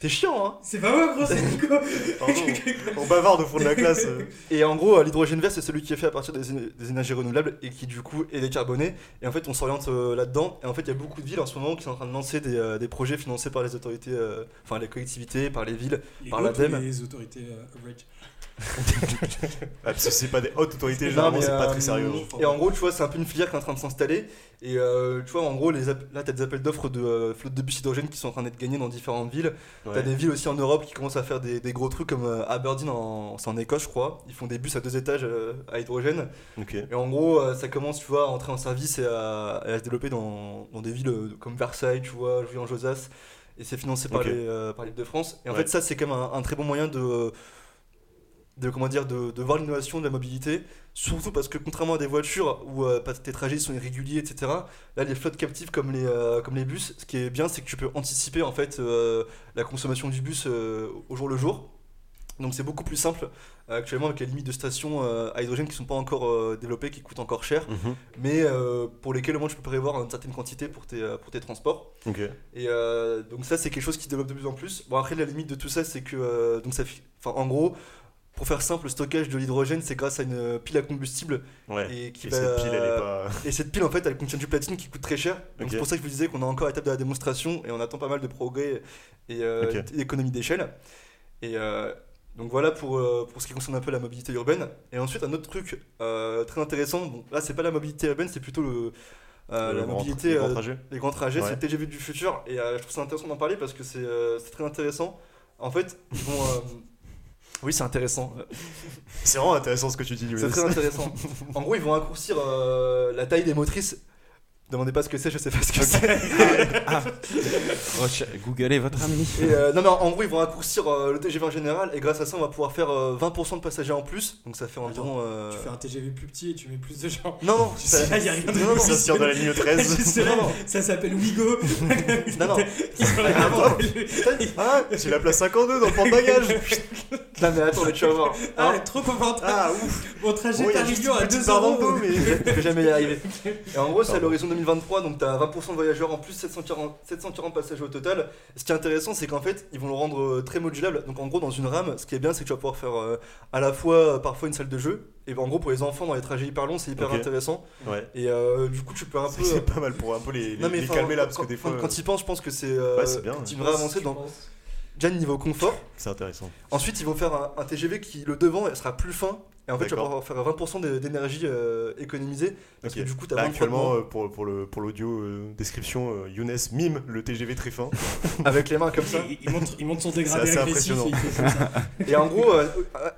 C'est chiant, hein
C'est pas moi, gros, c'est Nico.
Pardon, on bavarde au fond de la classe. euh.
Et en gros, euh, l'hydrogène vert, c'est celui qui est fait à partir des, éne- des énergies renouvelables et qui, du coup, est décarboné. Et en fait, on s'oriente euh, là-dedans. Et en fait, il y a beaucoup de villes en ce moment qui sont en train de lancer des, euh, des projets financés par les autorités, euh, enfin, les collectivités, par les villes.
(laughs) Les
Par
autres
l'ADEME.
ou Les autorités euh, break
Ah, parce que c'est pas des hautes autorités,
Non,
généralement
mais,
c'est pas
euh,
très sérieux.
Et en gros, tu vois, c'est un peu une filière qui est en train de s'installer. Et euh, tu vois, en gros, les app- là, t'as des appels d'offres de euh, flottes de bus hydrogène qui sont en train d'être gagnés dans différentes villes. T'as
Ouais.
des villes aussi en Europe qui commencent à faire des, des gros trucs comme euh, Aberdeen, en- c'est en Écosse, je crois. Ils font des bus à deux étages euh, à hydrogène.
Ok.
Et en gros, euh, ça commence, tu vois, à entrer en service et à, et à se développer dans, dans des villes euh, comme Versailles, tu vois, Julien-Josas. Et c'est financé par
Ok.
les, euh, par l'île de France. Et en
Ouais.
fait, ça, c'est quand même un, un très bon moyen de. De, comment dire, de, de voir l'innovation de la mobilité, surtout parce que contrairement à des voitures où euh, parce que tes trajets sont irréguliers, etc., là les flottes captives comme les, euh, comme les bus, ce qui est bien c'est que tu peux anticiper en fait euh, la consommation du bus euh, au jour le jour. Donc c'est beaucoup plus simple euh, actuellement avec les limites de stations euh, à hydrogène qui sont pas encore euh, développées, qui coûtent encore cher,
Mhm.
mais euh, pour lesquelles au moins tu peux prévoir une certaine quantité pour tes, euh, pour tes transports.
Ok.
Et euh, donc ça c'est quelque chose qui se développe de plus en plus. Bon après la limite de tout ça c'est que euh, donc ça, fi- enfin en gros pour faire simple le stockage de l'hydrogène c'est grâce à une euh, pile à combustible
Ouais.
et qui
Et
va euh,
cette pile elle est pas. euh,
et cette pile, en fait, elle contient du platine qui coûte très cher. Donc
Ok.
c'est pour ça que je vous disais qu'on est encore à l'étape de la démonstration et on attend pas mal de progrès et euh,
Ok.
d'économie d'échelle. Et euh, donc voilà pour, euh, pour ce qui concerne un peu la mobilité urbaine. Et ensuite, un autre truc euh, très intéressant, bon, là, c'est pas la mobilité urbaine, c'est plutôt le, euh, la
grand-
mobilité,
grand
euh,
trajet.
les grands trajets,
Ouais.
c'est le TGV du futur. Et euh, je trouve ça intéressant d'en parler parce que c'est euh, c'est très intéressant. En fait, ils vont. euh, Oui, c'est intéressant.
C'est vraiment intéressant ce que tu dis, Younes.
C'est très
(laughs)
intéressant. En gros, ils vont raccourcir euh, la taille des motrices. Demandez pas ce que c'est, je sais pas ce que c'est.
Recherche- Googlez votre ami.
Et, euh, non, mais en gros, ils vont raccourcir euh, le TGV en général. Et grâce à ça, on va pouvoir faire euh, 20% de passagers en plus. Donc ça fait environ. euh,
Tu fais un TGV plus petit et tu mets plus de gens.
Non, non,
(laughs) Tu
ça-
sais, là, y a rien de
non, non, non,
Ça se tire de
(laughs)
la ligne 13.
C'est là, ça
(laughs)
s'appelle Wigo. (laughs)
non, non. Ah,
J'ai la place 52 dans le
(laughs)
porte-bagages.
non, mais attends, mais tu vas voir.
Ah,
Hein,
trop confortable.
Ah ouf.
Mon trajet
Bon, y a
Paris
juste
Lyon
une
à
petite
2
barre
euros. hein.
d'eau, mais-
je vais jamais
(laughs)
y arriver. Et en gros, c'est à
Pardon.
l'horizon 2023, donc t'as 20% de voyageurs en plus, 740, 740 passagers au total. Ce qui est intéressant, c'est qu'en fait, ils vont le rendre euh, très modulable. Donc en gros, dans une rame, ce qui est bien, c'est que tu vas pouvoir faire euh, à la fois euh, parfois une salle de jeu. Et ben, en gros, pour les enfants, dans les trajets hyper longs, c'est hyper
Ok.
intéressant.
Ouais.
Et euh, du coup, tu peux un
C'est
peu.
que c'est pas mal pour un peu les, les-
Non, mais
les
enfin,
calmer là,
quand-
parce que des
quand-
fois,
Quand ils pensent, je pense que c'est. euh,
Ouais, c'est bien, ouais.
C'est une vraie avancée dans. Déjà, niveau confort.
c'est intéressant.
Ensuite, ils vont faire un, un TGV qui, le devant, sera plus fin Et en fait, tu vas
D'accord.
pouvoir faire 20% d'é- d'énergie euh, économisée. Parce
Ok.
que du coup, tu as
Là, actuellement, euh, pour, pour le- pour l'audio euh, description, euh, Younes mime le TGV très fin.
euh, avec les mains comme (laughs) ça.
Il, il monte, il monte son dégradé
C'est assez
agressif.
impressionnant.
et il
(laughs)
fait comme ça.
Et en gros, euh,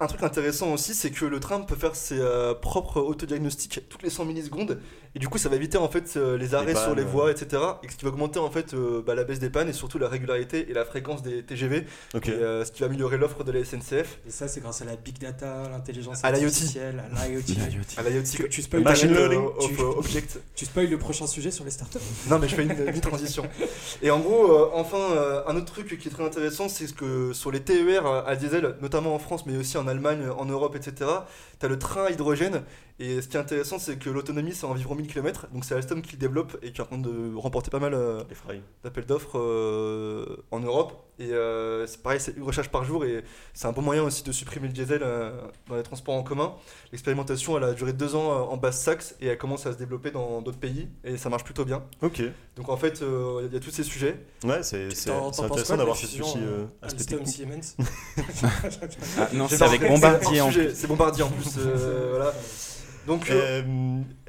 un truc intéressant aussi, c'est que le train peut faire ses euh, propres autodiagnostics toutes les 100 millisecondes. Et du coup, ça va éviter en fait euh, les arrêts sur
pannes,
les
euh.
voies, etc. Et ce qui va augmenter en fait euh, bah, la baisse des pannes et surtout la régularité et la fréquence des TGV.
Ok.
Et, euh, ce qui va améliorer l'offre de la SNCF.
Et ça, c'est grâce à la big data, à l'intelligence
À l'IoT.
artificielle, à l'IoT.
À la IoT.
Tu, tu, spoil,
Machine
Internet, euh,
learning,
of,
tu-
(laughs) euh, object.
tu spoil le prochain sujet sur les startups.
Non, mais je fais une, une transition. Et en gros, euh, enfin, euh, un autre truc qui est très intéressant, c'est ce que sur les TER euh, à diesel, notamment en France, mais aussi en Allemagne, en Europe, etc., tu as le train à hydrogène. Et ce qui est intéressant, c'est que l'autonomie, c'est environ 1000 km. Donc c'est Alstom qui le développe et qui est en train de remporter pas mal euh,
Les fry.
d'appels d'offres euh, en Europe. Et euh, c'est pareil, c'est une recharge par jour et c'est un bon moyen aussi de supprimer le diesel euh, dans les transports en commun. L'expérimentation, elle a duré deux ans euh, en Basse-Saxe et elle commence à se développer dans d'autres pays et ça marche plutôt bien.
Ok.
Donc en fait, euh, il y a tous ces sujets.
Ouais, c'est c'est- c'est
T'en- t'en penses quoi
intéressant
de
d'avoir
la
ce
fusion,
souci
euh,
euh, aspect
Alstom
technique.
Siemens.
(laughs)
Ah, non,
J'aime
c'est avec
bien.
Bombardier hein.
C'est hors
en
sujet, C'est Bombardier en plus. euh,
(laughs)
voilà. Donc,
Euh,
euh,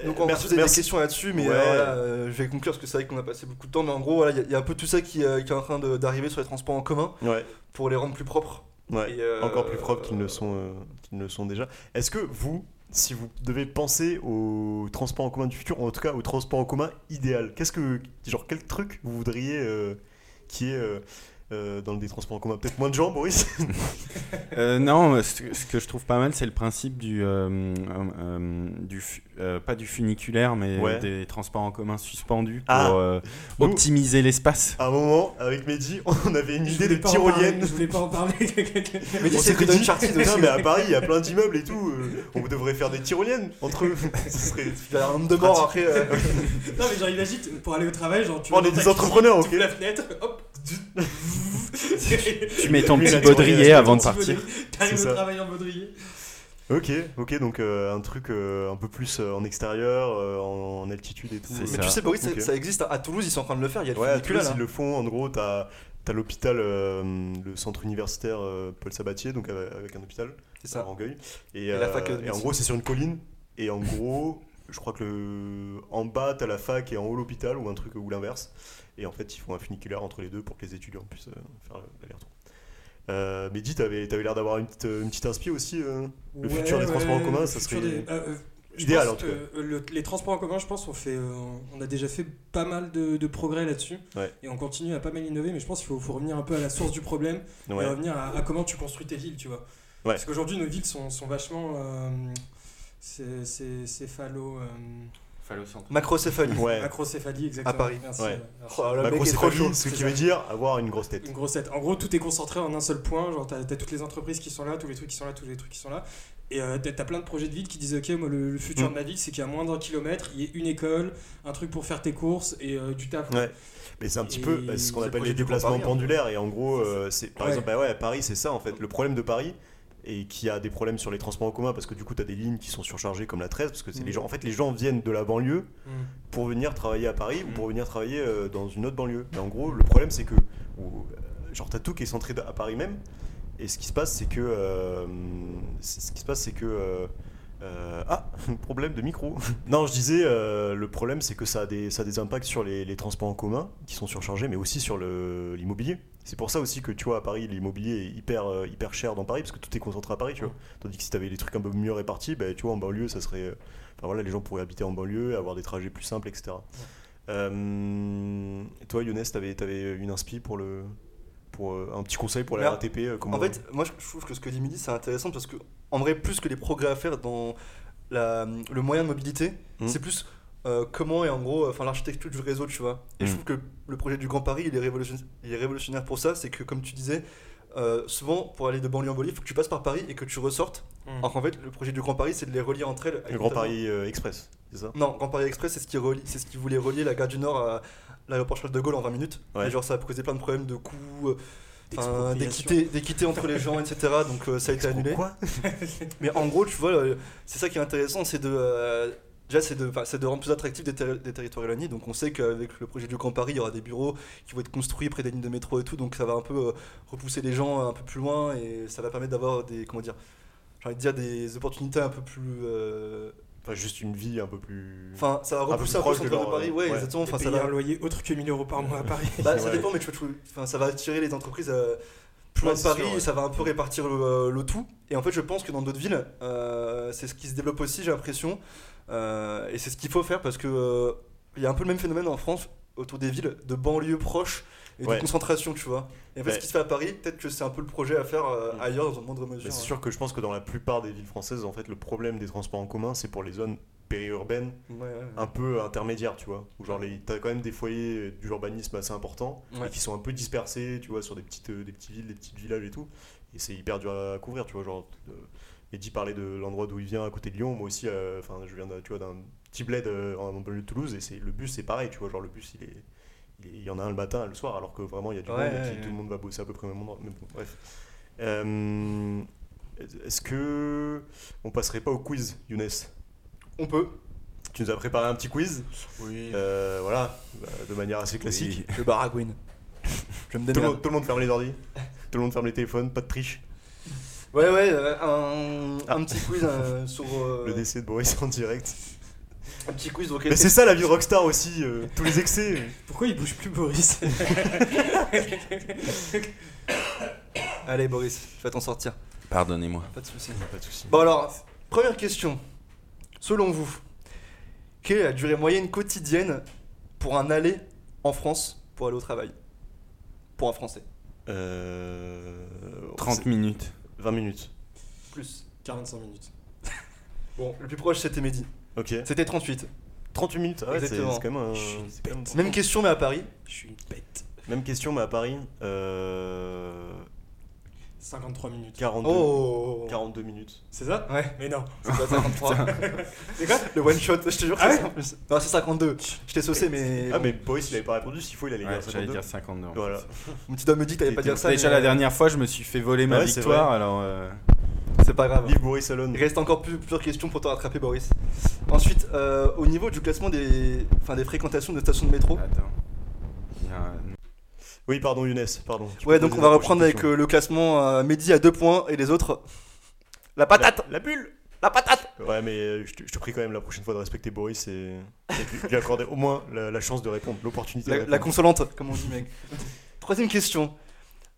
donc
euh,
on va
merci,
poser des
merci.
questions là-dessus, mais
Ouais.
euh, voilà, euh, je vais conclure parce que c'est vrai qu'on a passé beaucoup de temps. Mais en gros, voilà, il y a- il y, a un peu tout ça qui, euh, qui est en train de- d'arriver sur les transports en commun
Ouais,
pour les rendre plus propres.
ouais.
Et, euh,
Encore plus propres qu'ils ne sont, euh, qu'ils ne le sont déjà. Est-ce que vous, si vous devez penser au transport en commun du futur, ou en tout cas au transport en commun idéal, qu'est-ce que, genre, quel truc vous voudriez euh, qui est euh, euh, dans des transports en commun Peut-être moins de gens, Boris
Euh, non, ce, que- ce que je trouve pas mal, c'est le principe du, euh, euh, euh, du fu- euh, pas du funiculaire, mais
Ouais.
des transports en commun suspendus pour
Ah.
euh,
Nous-
optimiser l'espace.
(laughs) À un moment, avec Mehdi, on avait une
Je
idée
voulais
des
pas en parler,
tyroliennes.
Je voulais pas en parler.
Mais
On
tu sais que
s'était
Don
dit, (laughs)
Chartier
putain,
aussi,
mais à Paris, il y a plein d'immeubles et tout. euh, on devrait faire des tyroliennes entre
(laughs)
eux. Ce serait-
il y a un nombre de morts après. euh,
(laughs)
non, mais genre, imagine, pour aller au travail, genre, tu
On
vas
est
dans
des
ta-
entrepreneurs,
tu
ok
(laughs)
ouvres la fenêtre, hop.
(laughs)
(laughs)
Tu mets ton
Lui,
petit
Ah, la tyrolienne, je
baudrier
mets
avant de
Tu veux
partir.
dire,
C'est
T'arrives
ça.
au travail en baudrier.
Ok, ok, donc euh, un truc euh, un peu plus euh, en extérieur, euh, en, en altitude et tout.
C'est
Euh,
Mais
ça.
tu sais, Boris, ça-
Ok.
ça existe. hein. À Toulouse, ils sont en train de le faire. Il y a le
Ouais, à
funiculaire, hein.
Toulouse, ils
là.
le font. En gros, t'as as, l'hôpital, euh, le centre universitaire euh, Paul Sabatier, donc avec avec un hôpital
C'est
à
ça.
Rangueil. Et,
la
euh,
fac de
et en
médecine.
gros, c'est sur une colline. Et en gros, je crois que le... en bas, t'as la fac et en haut, l'hôpital, ou un truc, ou l'inverse. Et en fait, ils font un funiculaire entre les deux pour que les étudiants puissent euh, faire l'aller-retour. Euh, Mehdi, t'avais t'avais l'air d'avoir une petite, une petite inspi aussi. euh. Le futur des transports en commun,
le
ça
futur
serait
des- euh, euh, je
idéal,
pense,
en tout cas.
euh, le- les transports en commun, je pense, on, fait, euh, on a déjà fait pas mal de, de progrès là-dessus.
Ouais.
Et on continue à pas mal innover, mais je pense qu'il faut, faut revenir un peu à la source du problème et
Ouais.
revenir à, à comment tu construis tes villes, tu vois.
Ouais.
Parce qu'aujourd'hui, nos villes sont, sont vachement. euh, c'est- c'est- céphalo. euh,
(laughs)
Macrocéphalie.
ouais.
macrocéphalie, exactement.
À Paris.
Merci.
Ouais.
Merci.
Oh, le
Bah,
mec
grosse
est trop
famille,
chaud.
ce
c'est
qui
ça.
veut dire avoir une grosse tête.
Une grosse tête. En gros, tout est concentré en un seul point. Genre, t'as t'as toutes les entreprises qui sont là, tous les trucs qui sont là, tous les trucs qui sont là. Et euh, t'as t'as plein de projets de ville qui disent Ok, moi, le, le futur
Mm.
de ma ville, c'est qu'à moins d'un kilomètre, il y ait une école, un truc pour faire tes courses et euh, du taf.
Ouais. Mais c'est un petit peu
Et
bah, ce qu'on
c'est le
appelle les
projet du Grand
déplacements
Paris, hein.
pendulaires. Et en gros, euh, c'est par
Ouais.
exemple, bah ouais, à Paris, c'est ça en fait. Le problème de Paris, et qui a des problèmes sur les transports en commun, parce que du coup, tu as des lignes qui sont surchargées comme la 13, parce que c'est
Mm.
les gens. En fait, les gens viennent de la banlieue
Mm.
euh,
pour venir travailler à Paris ou
Mm.
pour venir travailler euh, dans une autre banlieue. Mais en gros, le problème, c'est que. ou, euh, genre, t'as tout qui est centré à Paris même. Et ce qui se passe, c'est que. euh, c'est- ce qui se passe, c'est que. euh, euh, ah, (laughs) problème de micro. (laughs) non, je disais, euh, le problème, c'est que ça a des, ça a des impacts sur les, les transports en commun qui sont surchargés, mais aussi sur le- l'immobilier. C'est pour ça aussi que tu vois, à Paris, l'immobilier est hyper, euh, hyper cher dans Paris, parce que tout est concentré à Paris, tu vois. Tandis que si tu avais des trucs un peu mieux répartis, bah, tu vois, en banlieue, ça serait. euh, Enfin voilà, les gens pourraient habiter en banlieue, avoir des trajets plus simples, etc. Euh, et toi, Younes, t'avais avais une inspi pour le. Pour, euh, un petit conseil pour la
Alors,
RATP euh, comment...
En fait, moi je trouve que ce que dit Midi c'est intéressant parce que, en vrai, plus que les progrès à faire dans la- le moyen de mobilité,
Mm.
c'est plus euh, comment et en gros, enfin l'architecture du réseau, tu vois. Et je
Hmm.
Mm.
trouve que le projet du Grand Paris, il est révolutionnaire, il est révolutionnaire pour ça, c'est que comme tu disais, euh, souvent pour aller de banlieue en banlieue, il faut que tu passes par Paris et que tu ressortes.
Mm.
Alors qu'en fait, le projet du Grand Paris, c'est de les relier entre elles. avec
le Grand
notamment-
Paris euh, Express, c'est ça
Non, Grand Paris Express, c'est ce qui relie, c'est ce qui voulait relier la gare du Nord à l'aéroport Charles de Gaulle en 20 minutes.
Ouais.
Et genre, ça a posé plein de problèmes de coûts, euh, enfin,
D'expropriation.
d'équité, d'équité entre les gens, etc. Donc euh, ça a été annulé.
Quoi
Mais en gros, tu vois, euh, c'est ça qui est intéressant, c'est de. euh, Déjà, c'est de, enfin, c'est de rendre plus attractif des, terri- des territoires éloignés. Donc, on sait qu'avec le projet du Grand Paris, il y aura des bureaux qui vont être construits près des lignes de métro et tout. Donc, ça va un peu euh, repousser les gens un peu plus loin et ça va permettre d'avoir des, comment dire, j'ai envie de dire, des opportunités un peu plus. euh,
Enfin, juste une vie un peu plus.
Enfin, ça va
plus
repousser un peu le
proche de
centre de
leur-
Paris, ouais,
ouais.
exactement. Enfin,
Enfin,
ça va.
un loyer autre que 1000 euros par mois à
(laughs)
Paris.
Bah, ça
Ouais.
dépend, mais tu vois, tu- enfin, ça va attirer les entreprises euh, plus
Ouais,
loin de
c'est
Paris
sûr, ouais.
et ça va un peu répartir le, euh, le tout. Et en fait, je pense que dans d'autres villes, euh, c'est ce qui se développe aussi, j'ai l'impression. Euh, et c'est ce qu'il faut faire parce que euh, il y a un peu le même phénomène en France autour des villes de banlieues proches et
Ouais.
de concentration, tu vois. Et en fait,
Ouais.
ce qui se fait à Paris, peut-être que c'est un peu le projet à faire euh,
Mm.
ailleurs dans une moindre
Mais
mesure.
c'est
hein.
sûr que je pense que dans la plupart des villes françaises, en fait, le problème des transports en commun, c'est pour les zones périurbaines
Ouais, ouais, ouais.
un peu intermédiaires, tu vois. Où genre, les- t'as quand même des foyers d'urbanisme assez importants
Ouais.
et qui sont un peu dispersés, tu vois, sur des petites, euh, des petites villes, des petits villages et tout. Et c'est hyper dur à couvrir, tu vois. Genre, euh, Mehdi parlait de l'endroit d'où il vient à côté de Lyon. Moi aussi, euh, enfin, je viens d'un- tu vois, d'un petit bled euh, en banlieue de Toulouse et c'est, le bus, c'est pareil, tu vois. Genre, le bus, il est. il est- Il y en a un le matin, un le soir, alors que vraiment il y a du
Ouais,
monde
ouais,
et puis
ouais.
tout le monde va bosser à peu près au même endroit. Mais bon, bref. Euh, Est-ce que on passerait pas au quiz, Younes
On peut.
Tu nous as préparé un petit quiz,
Oui.
euh, voilà, bah, de manière assez classique. (laughs)
Le baragouine. je me
Tout, le
démerde.
monde, tout le monde ferme les ordi, tout le monde ferme les téléphones, pas de triche.
Ouais, ouais, euh, un,
Ah.
un petit quiz euh,
(laughs)
sur. euh,
Le décès de Boris en direct.
un petit quiz, ok.
Mais c'est ça la vie rockstar aussi, euh, tous les
(laughs)
excès. euh.
Pourquoi il bouge plus Boris
Allez, Boris, je vais t'en sortir.
Pardonnez-moi.
Pas de soucis.
Pas de soucis.
Bon alors, première question. Selon vous, quelle est la durée moyenne quotidienne pour un aller en France pour aller au travail Pour un Français
Euh,
30 minutes.
20 minutes.
Plus.
45 minutes.
Bon, le plus proche c'était Mehdi.
Ok.
C'était 38.
38 minutes, ah ouais, c'est c'est
Exactement.
quand même un-
Je suis
c'est quand même-
Même question mais à Paris.
Je suis une bête.
Même question, mais à Paris, euh,
53 minutes.
42,
Oh
42 minutes.
C'est ça
Ouais,
Mais non.
c'est pas 53. c'est quoi Le one shot, je te jure,
Ah
c'est
ouais
ça en plus. Non, c'est 52. Je t'ai saucé, mais.
Ah, mais Boris, il avait pas répondu, s'il faut, il allait
Ouais,
dire
J'allais
52.
dire 52. en
Voilà.
fait.
Mon petit doigt me dit que t'allais pas
T'es-
dire ça.
Déjà
mais-
la dernière fois, je me suis fait voler ma
Ouais, c'est
victoire, alors. euh,
C'est pas grave.
Vive Boris Alone.
Il reste encore plus- plusieurs questions pour te rattraper, Boris. Ensuite, euh, au niveau du classement des, enfin, des fréquentations de stations de
Oh.
métro.
Attends. Il y a un-
Oui, pardon, Younes, pardon. Tu
Ouais,
peux
donc
poser
on va
la
reprendre
prochaine
avec euh, le classement euh, Mehdi à deux points et les autres. La patate
question. La, la bulle
La patate
Ouais, mais euh, je te, je te prie quand même la prochaine fois de respecter Boris et, et de lui- lui accorder au moins la, la chance de répondre, l'opportunité de
la, la
répondre.
consolante, comme on dit, mec. (laughs) Troisième question.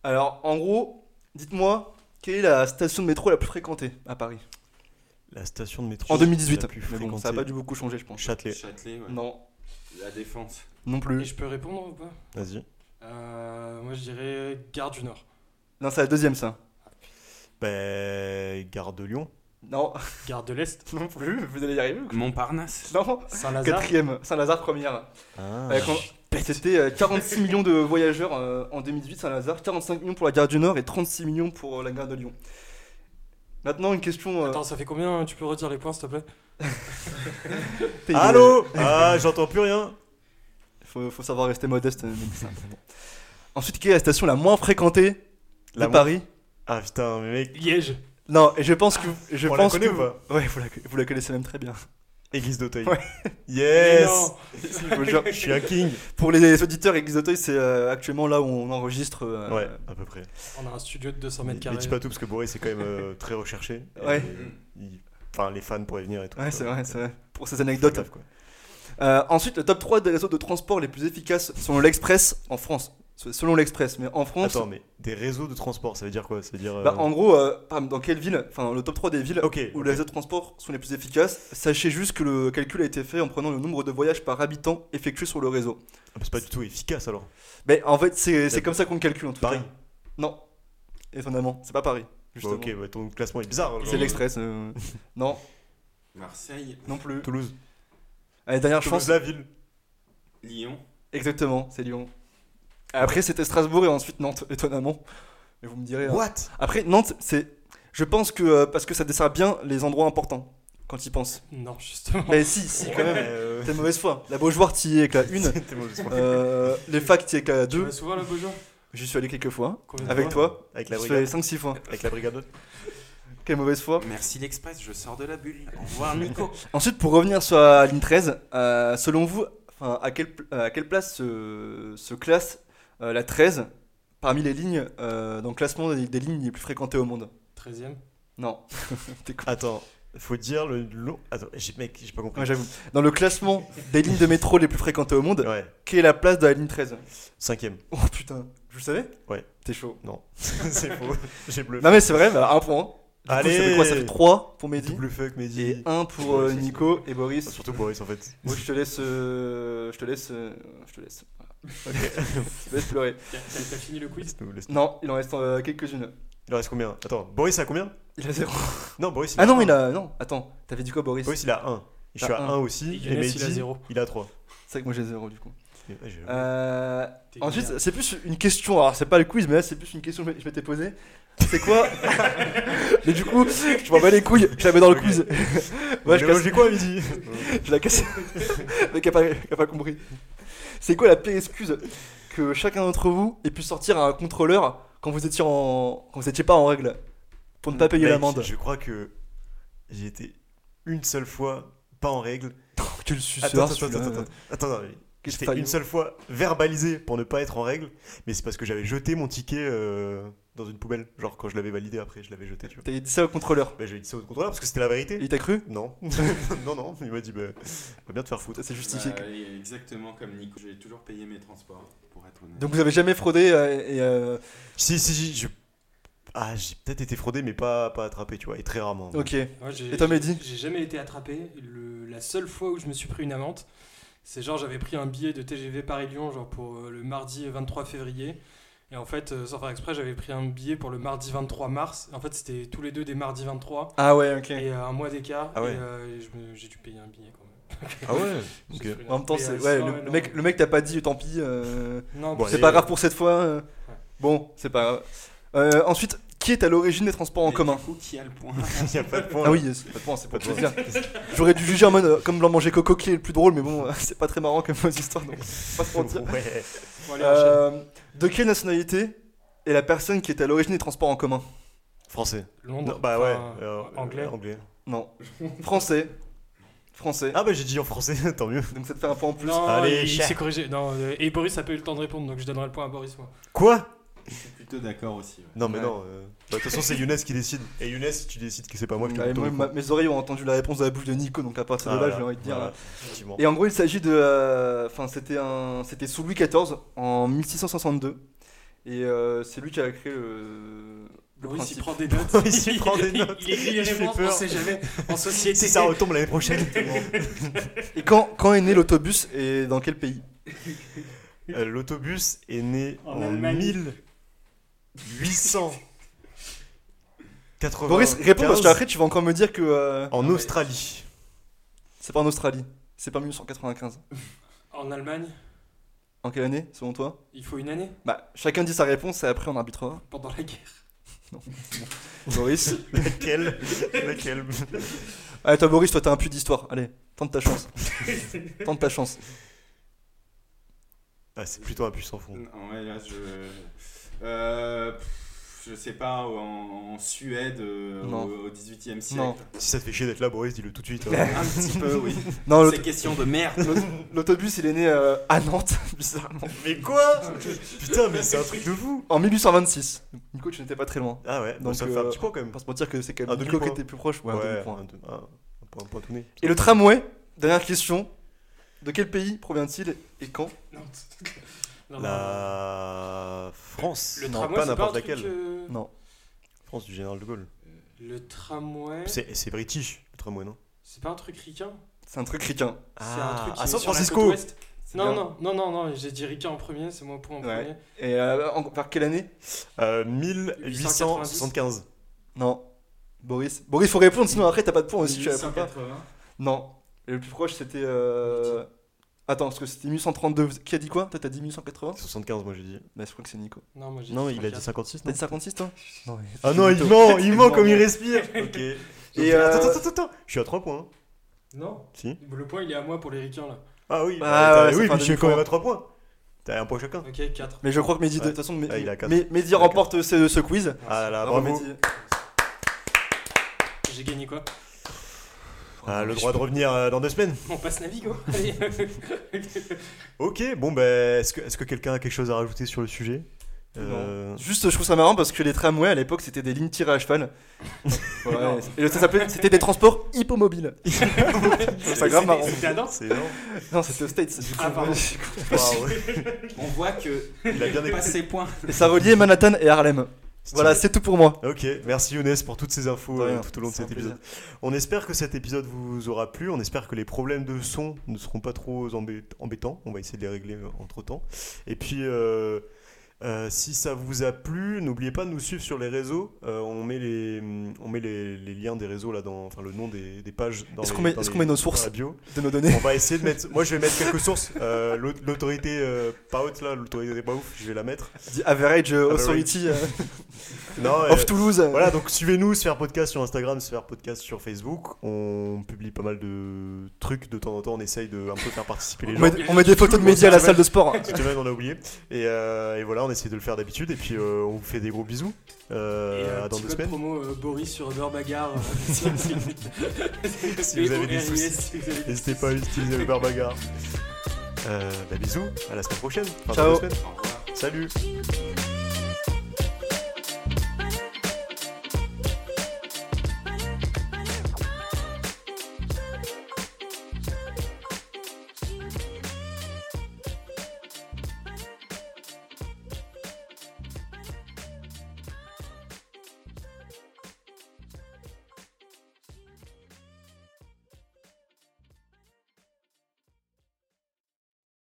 Alors, en gros, dites-moi, quelle est la station de métro la plus fréquentée à Paris
La station de métro.
En 2018.
la plus
Mais bon, ça a
fréquentée.
pas dû beaucoup changer, je pense.
Châtelet,
Châtelet, ouais.
Non,
La défense.
non
Et
plus.
je peux répondre ou pas
vas-y.
Euh, Moi je dirais Gare du Nord.
Non, c'est la deuxième, ça.
Ben, gare de Lyon.
Non, (laughs)
Gare de l'Est.
non plus, vous allez y arriver ou quoi
Montparnasse.
Non
Saint-Lazare.
Quatrième, Saint-Lazare première.
Ah.
Ouais, quand- C'était euh, 46 millions de voyageurs euh, en 2018, Saint-Lazare, 45 millions pour la gare du Nord et 36 millions pour euh, la gare de Lyon. Maintenant, une question. euh,
Attends, ça fait combien hein Tu peux redire les points s'il te plaît
payée.
Allô Ah, j'entends plus rien.
faut, faut savoir rester modeste, euh, même si c'est important. Ensuite, quelle est la station la moins fréquentée
La
de
moins-
Paris
Ah putain, mais mec,
Liège.
Non, et je pense que. Je
on la
pense
connaît
que
ou pas
vous- Ouais, vous la, vous la connaissez même très bien.
Église d'Auteuil. (laughs)
Ouais.
Yes
Non.
(laughs) Je vous jure.
Je suis un king.
Pour les auditeurs, Aigues d'Auteuil, c'est euh, actuellement là où on enregistre. (laughs) euh,
Ouais, à peu près.
On a un studio de 200
Mais
mètres
mais
carrés.
dis pas tout parce que Boris c'est quand même euh, très recherché. Et,
Ouais.
euh, il- Enfin, les fans pourraient venir et tout.
Ouais, c'est vrai, c'est vrai. Pour ces anecdotes.
Anecdote. Quoi.
Euh, ensuite, le top 3 des réseaux de transport les plus efficaces selon l'Express en France. Selon l'Express, mais en France.
Attends, mais des réseaux de transport, ça veut dire quoi Ça veut dire. euh,
Bah, en gros, euh, par exemple, dans quelle ville, enfin le top 3 des villes
Ok.
où les réseaux de transport sont les plus efficaces, sachez juste que le calcul a été fait en prenant le nombre de voyages par habitant effectués sur le réseau.
Ah, C'est pas du tout efficace alors. Bah,
Mais en fait, c'est c'est
D'accord.
comme ça qu'on le calcule en tout
Paris.
cas. Non, étonnamment, c'est pas Paris.
Bah,
Justement.
ok, bah, ton classement est bizarre.
C'est
genre.
l'Express. euh,
(laughs)
non,
Marseille.
non plus.
Toulouse.
Allez, dernière
Toulouse,
chance.
la ville.
Lyon.
Exactement, c'est Lyon. Après, c'était Strasbourg et ensuite Nantes, étonnamment. Mais vous me direz. hein.
What
Après, Nantes, c'est. Je pense que. euh, parce que ça dessert bien les endroits importants, quand ils pensent.
Non, justement.
Mais si, si, quand même. (laughs)
Euh,
T'es de mauvaise foi. La Beaujoire, t'y es avec la une.
(laughs) T'es mauvais soin.
Euh, les facs, t'y es avec la
Tu
deux.
vas souvent là, Beaujean
J'y suis allé quelques fois.
Combien de
Avec
fois
toi.
Avec
J'y
la
suis allé
brigade.
5-6 fois.
Avec la brigade.
Quelle mauvaise foi.
Merci l'Express, je sors de
(laughs)
la bulle. Au revoir Nico.
Ensuite, pour revenir sur la ligne 13, euh, selon vous, enfin, à, quelle, pl- à quelle place se, se classe euh, la 13 parmi les lignes euh, dans le classement des, des lignes les plus fréquentées au monde
13ème.
Non.
Attends, faut dire le long. Attends, j'ai- mec, j'ai pas compris.
Ouais, j'avoue. Dans le classement des lignes de métro les plus fréquentées au monde,
Ouais,
quelle est la place de la ligne 13
cinquième. (laughs)
Oh putain, je le savais
Ouais.
T'es chaud.
c'est faux. J'ai bluffé.
Non mais c'est vrai, bah, un point. Du coup, ça fait quoi Ça fait 3 pour Mehdi
Double fuck,
et
Mehdi. Ah,
1 pour euh, Nico et Boris.
Surtout Boris en fait.
Moi je te laisse. euh, je te laisse. euh, je te laisse. Voilà. (laughs) je te laisse pleurer.
T'as t'as fini le quiz
Laisse-nous- laisse-nous.
Non, il en reste euh, quelques-unes.
Il en reste combien Attends, Boris a combien
Il a 0.
Non, Boris.
Ah non,
un.
il a. Non, attends, t'avais dit quoi Boris
Boris il a 1. Je suis
T'as
à
un.
1 aussi.
Et
Et
Younes,
Mehdi,
il a zéro.
Il a 3.
C'est vrai que moi j'ai 0 du coup. Euh,
T'es
ensuite,
merde.
c'est plus une question. Alors, c'est pas le quiz, mais là, c'est plus une question que je m'étais posée.
(laughs)
C'est quoi Mais du coup, je m'en bats les couilles, je la mets dans le
Ok. (laughs)
quiz. ouais, je, casse-
j'ai quoi à midi
(laughs) je la casse. Le mec a pas, a pas compris. C'est quoi la pire excuse que chacun d'entre vous ait pu sortir à un contrôleur quand vous étiez, en... quand vous étiez pas en règle pour ne pas payer
Mec,
l'amende
Je crois que j'ai été une seule fois pas en règle.
Tu le suceurs,
Attends, attends,
celui-là.
attends, attends. Attends, non, mais
Qu'est-ce
j'étais
que t'as
une
dit
seule fois verbalisé pour ne pas être en règle, mais c'est parce que j'avais jeté mon ticket euh, dans une poubelle. Genre quand je l'avais validé après, je l'avais jeté, tu vois.
T'as dit ça au contrôleur.
Bah, j'ai dit ça au contrôleur parce que c'était la
Et
vérité.
il t'a cru
Non, (laughs) non, non, il m'a dit, bah, va bien te faire foutre.
Ça, C'est justifié.
Euh,
Bah, exactement comme Nico, j'ai toujours payé mes transports, pour être honnête.
Donc vous avez jamais fraudé euh, et euh,
Si, si, si, je. Ah, j'ai peut-être été fraudé, mais pas, pas attrapé, tu vois, et très rarement.
ok.
Moi, j'ai-
Et toi Mehdi
J'ai jamais été attrapé. Le- la seule fois où je me suis pris une amende, c'est genre j'avais pris un billet de TGV Paris-Lyon genre pour euh, le mardi 23 février. Et en fait, euh, sans faire exprès, j'avais pris un billet pour le mardi 23 mars. En fait, c'était tous les deux des mardis 23
Ah ouais, ok.
et euh, un mois d'écart.
Ah ouais.
Et euh, je me- j'ai dû payer un billet quand même.
Ah ouais
J'ai pris une
En même temps,
amende.
c'est
Mais, euh,
ouais,
sinon,
le,
ouais,
le
non.
mec, le mec t'a pas dit, tant pis. euh,
Non,
Bon,
mais
c'est
allez,
pas
euh,
grave pour cette fois. euh. Bon, c'est pas grave. Euh, ensuite, qui est à l'origine des transports en
Mais
commun
Du coup, qui a le
(laughs)
point
(laughs) Il n'y a pas de point.
Ah oui, c'est pas de point, c'est
Pas
pour
de
te le dire. J'aurais dû juger en mode euh, comme blanc manger coco qui est le plus drôle, mais bon, euh, c'est pas très marrant comme (laughs) histoire, donc faut pas se mentir.
Ouais.
bon, allez, enchaîne.
Euh, de quelle nationalité est la personne qui est à l'origine des transports en commun
Français.
Londres.
Non, bah ouais.
enfin,
euh,
anglais.
euh, anglais.
Non. Français. Français.
Ah bah j'ai dit en français, (laughs) tant mieux.
Donc ça te fait un point en plus.
Non,
Allez,
il, il
cher.
s'est corrigé. Non, euh, et Boris a pas eu le temps de répondre, donc je donnerai le point à Boris. Moi.
Quoi
Je suis plutôt d'accord aussi. ouais.
Non mais
Ouais.
non. euh, bah, De toute façon c'est Younes qui décide. Et Younes, si tu décides que c'est pas moi, je te
Ouais,
mets ton
moi,
micro.
ma- mes oreilles ont entendu la réponse de la bouche de Nico, donc à partir de
Ah,
là,
voilà,
j'ai envie de dire.
voilà,
euh,
effectivement.
Et en gros, il s'agit de. euh, Enfin, c'était un, c'était sous Louis XIV en 1662. Et euh, c'est lui qui a créé le. le
Boris, il
principe.
prend des
(laughs)
notes.
Il s'y prend des
Il-
notes. (laughs)
Il écrit les
Il fait
réponses, on
peur.
sait jamais.
(laughs)
En société.
Si ça retombe l'année
(laughs)
prochaine.
Et quand, quand est né l'autobus et dans quel pays
Euh, L'autobus est né
En
en,
Allemagne.
1800. 80.
Boris, réponds parce qu'après, tu vas encore me dire que. euh,
En
Non, mais-
Australie.
c'est pas en Australie. C'est pas 1995.
En Allemagne,
En quelle année, selon toi
il faut une année
Bah, chacun dit sa réponse et après on arbitrera.
pendant la guerre. (laughs)
Boris.
Laquelle Laquelle
Allez, toi, Boris, toi, t'as un puits d'histoire. Allez, tente
(laughs)
ta chance. tente ta chance.
Ah, c'est plutôt un puce sans fond.
Non, ouais, là, je... Euh, pff, je sais pas, en, en Suède, euh,
Non.
au, au 18e siècle.
Non.
Si ça te fait chier d'être là, Boris, dis-le tout de suite.
(laughs)
hein.
Un petit peu, oui.
Non, l'aut-
C'est question de merde.
l'autobus, il est né euh, à Nantes, (laughs) bizarrement.
mais quoi Putain, mais c'est un truc de fou.
En 1826. Nico, tu n'étais pas très loin.
Ah ouais, donc
Donc,
ça fait un
euh,
petit point quand
On
même.
va pas se mentir que c'est quand
Un
même Nico qui
demi-point.
était plus proche. Ouais, un demi-point.
un, deux- un- un point, un point tout né.
Et le tramway, dernière question. De quel pays provient-il et quand
Non, non, non.
La France.
Le
Non,
tramway,
pas
c'est
n'importe
un truc,
laquelle.
euh,
Non.
France du général de Gaulle.
Le tramway. C'est...
C'est c'est british, le tramway, non
pas un truc ricain
C'est un truc ricain.
C'est un truc qui
Ah, à
est
San
sur la côte
Francisco
ouest. Non, non, non, non, non, j'ai dit ricain en premier, c'est moi pour en
Ouais.
premier.
Et euh, en- vers quelle année
Euh, 1875.
Non. Boris. Boris, faut répondre, sinon après t'as pas de points aussi. Oh, Tu réponds pas.
1880.
Non. Et le plus proche, c'était. euh, Attends, parce que c'était 1832. Qui a dit quoi Toi, t'as dit 1880
75, moi j'ai dit.
Bah, je crois que c'est Nico.
Non, moi j'ai
Non,
dit
il a dit
34.
56,
T'as
non
dit 56, toi Non.
Ah (laughs) non, il
Nico.
ment, il ment
Non,
comme
non.
il
(laughs)
respire Ok.
Et,
Et
euh,
attends, attends, attends, attends, je suis à 3 points. hein.
Non,
Si
le point il est à moi pour les ricains là.
Ah oui,
Bah
bah,
ouais,
t'as-
ça
oui,
fait un
mais je suis quand
demi-point.
même à 3 points. T'as un point chacun.
Ok, 4.
Mais je crois que Mehdi, de
Ouais.
toute façon, Mehdi,
Ah, il a quatre.
Mé- Mehdi
a
remporte ce, ce quiz.
Ah là là,
Bravo,
bravo.
Mehdi.
J'ai gagné quoi
Ah, le droit de revenir euh, dans deux semaines.
On passe
(laughs)
Navigo Allez.
ben, Ok, bon, bah, est-ce que, est-ce que quelqu'un a quelque chose à rajouter sur le sujet Euh,
Juste, je trouve ça marrant parce que les tramways à l'époque c'était des lignes tirées à cheval. Ouais, et ça s'appelait, c'était des transports
(laughs)
hippomobiles. ça grave marrant.
C'était à Nantes
C'est
(laughs)
énorme.
Non, c'était aux States. Du coup,
Ah, pardon.
Waouh, ouais.
On voit que
Il a bien
passe
écouté.
ses points.
et ça reliait Manhattan et Harlem. Voilà, c'est tout pour moi.
Ok, merci Younes pour toutes ces infos
De rien,
euh, tout au long de
c'est
cet
un plaisir.
épisode. On espère que cet épisode vous aura plu, on espère que les problèmes de son ne seront pas trop embê- embêtants, on va essayer de les régler euh, entre temps. Et puis, euh, euh, si ça vous a plu, n'oubliez pas de nous suivre sur les réseaux, Euh, on met, les, on met les, les liens des réseaux, là, dans, enfin le nom des, des pages dans
Est-ce
les-
qu'on met-
dans
est-ce
les-
qu'on met
dans
nos
la
sources
bio.
De nos données.
On va essayer de mettre, moi je vais mettre quelques sources, Euh, l'aut- l'autorité euh, pas haute là, l'autorité pas ouf, je vais la mettre.
The Average euh,
Average.
Authority euh,
Non, euh,
of Toulouse.
Voilà, donc suivez-nous, Sphère Podcast sur Instagram, Sphère Podcast sur Facebook. On publie pas mal de trucs de temps en temps. On essaye de un peu faire participer les
On
gens.
met, on met des photos de médias à la salle de sport.
Cette semaine, on a oublié. Et, euh, et voilà, on essaie de le faire d'habitude. Et puis, euh, on vous fait des gros bisous. Euh,
Et un
à dans
petit
deux
code
semaines.
promo euh, Boris sur euh, Uber Bagarre.
(laughs)
si
vous avez des soucis. N'hésitez pas à utiliser le barbagar. Euh, bah, bisous, à la semaine prochaine. Enfin, dans
Ciao.
deux semaines. Salut.
Thank you.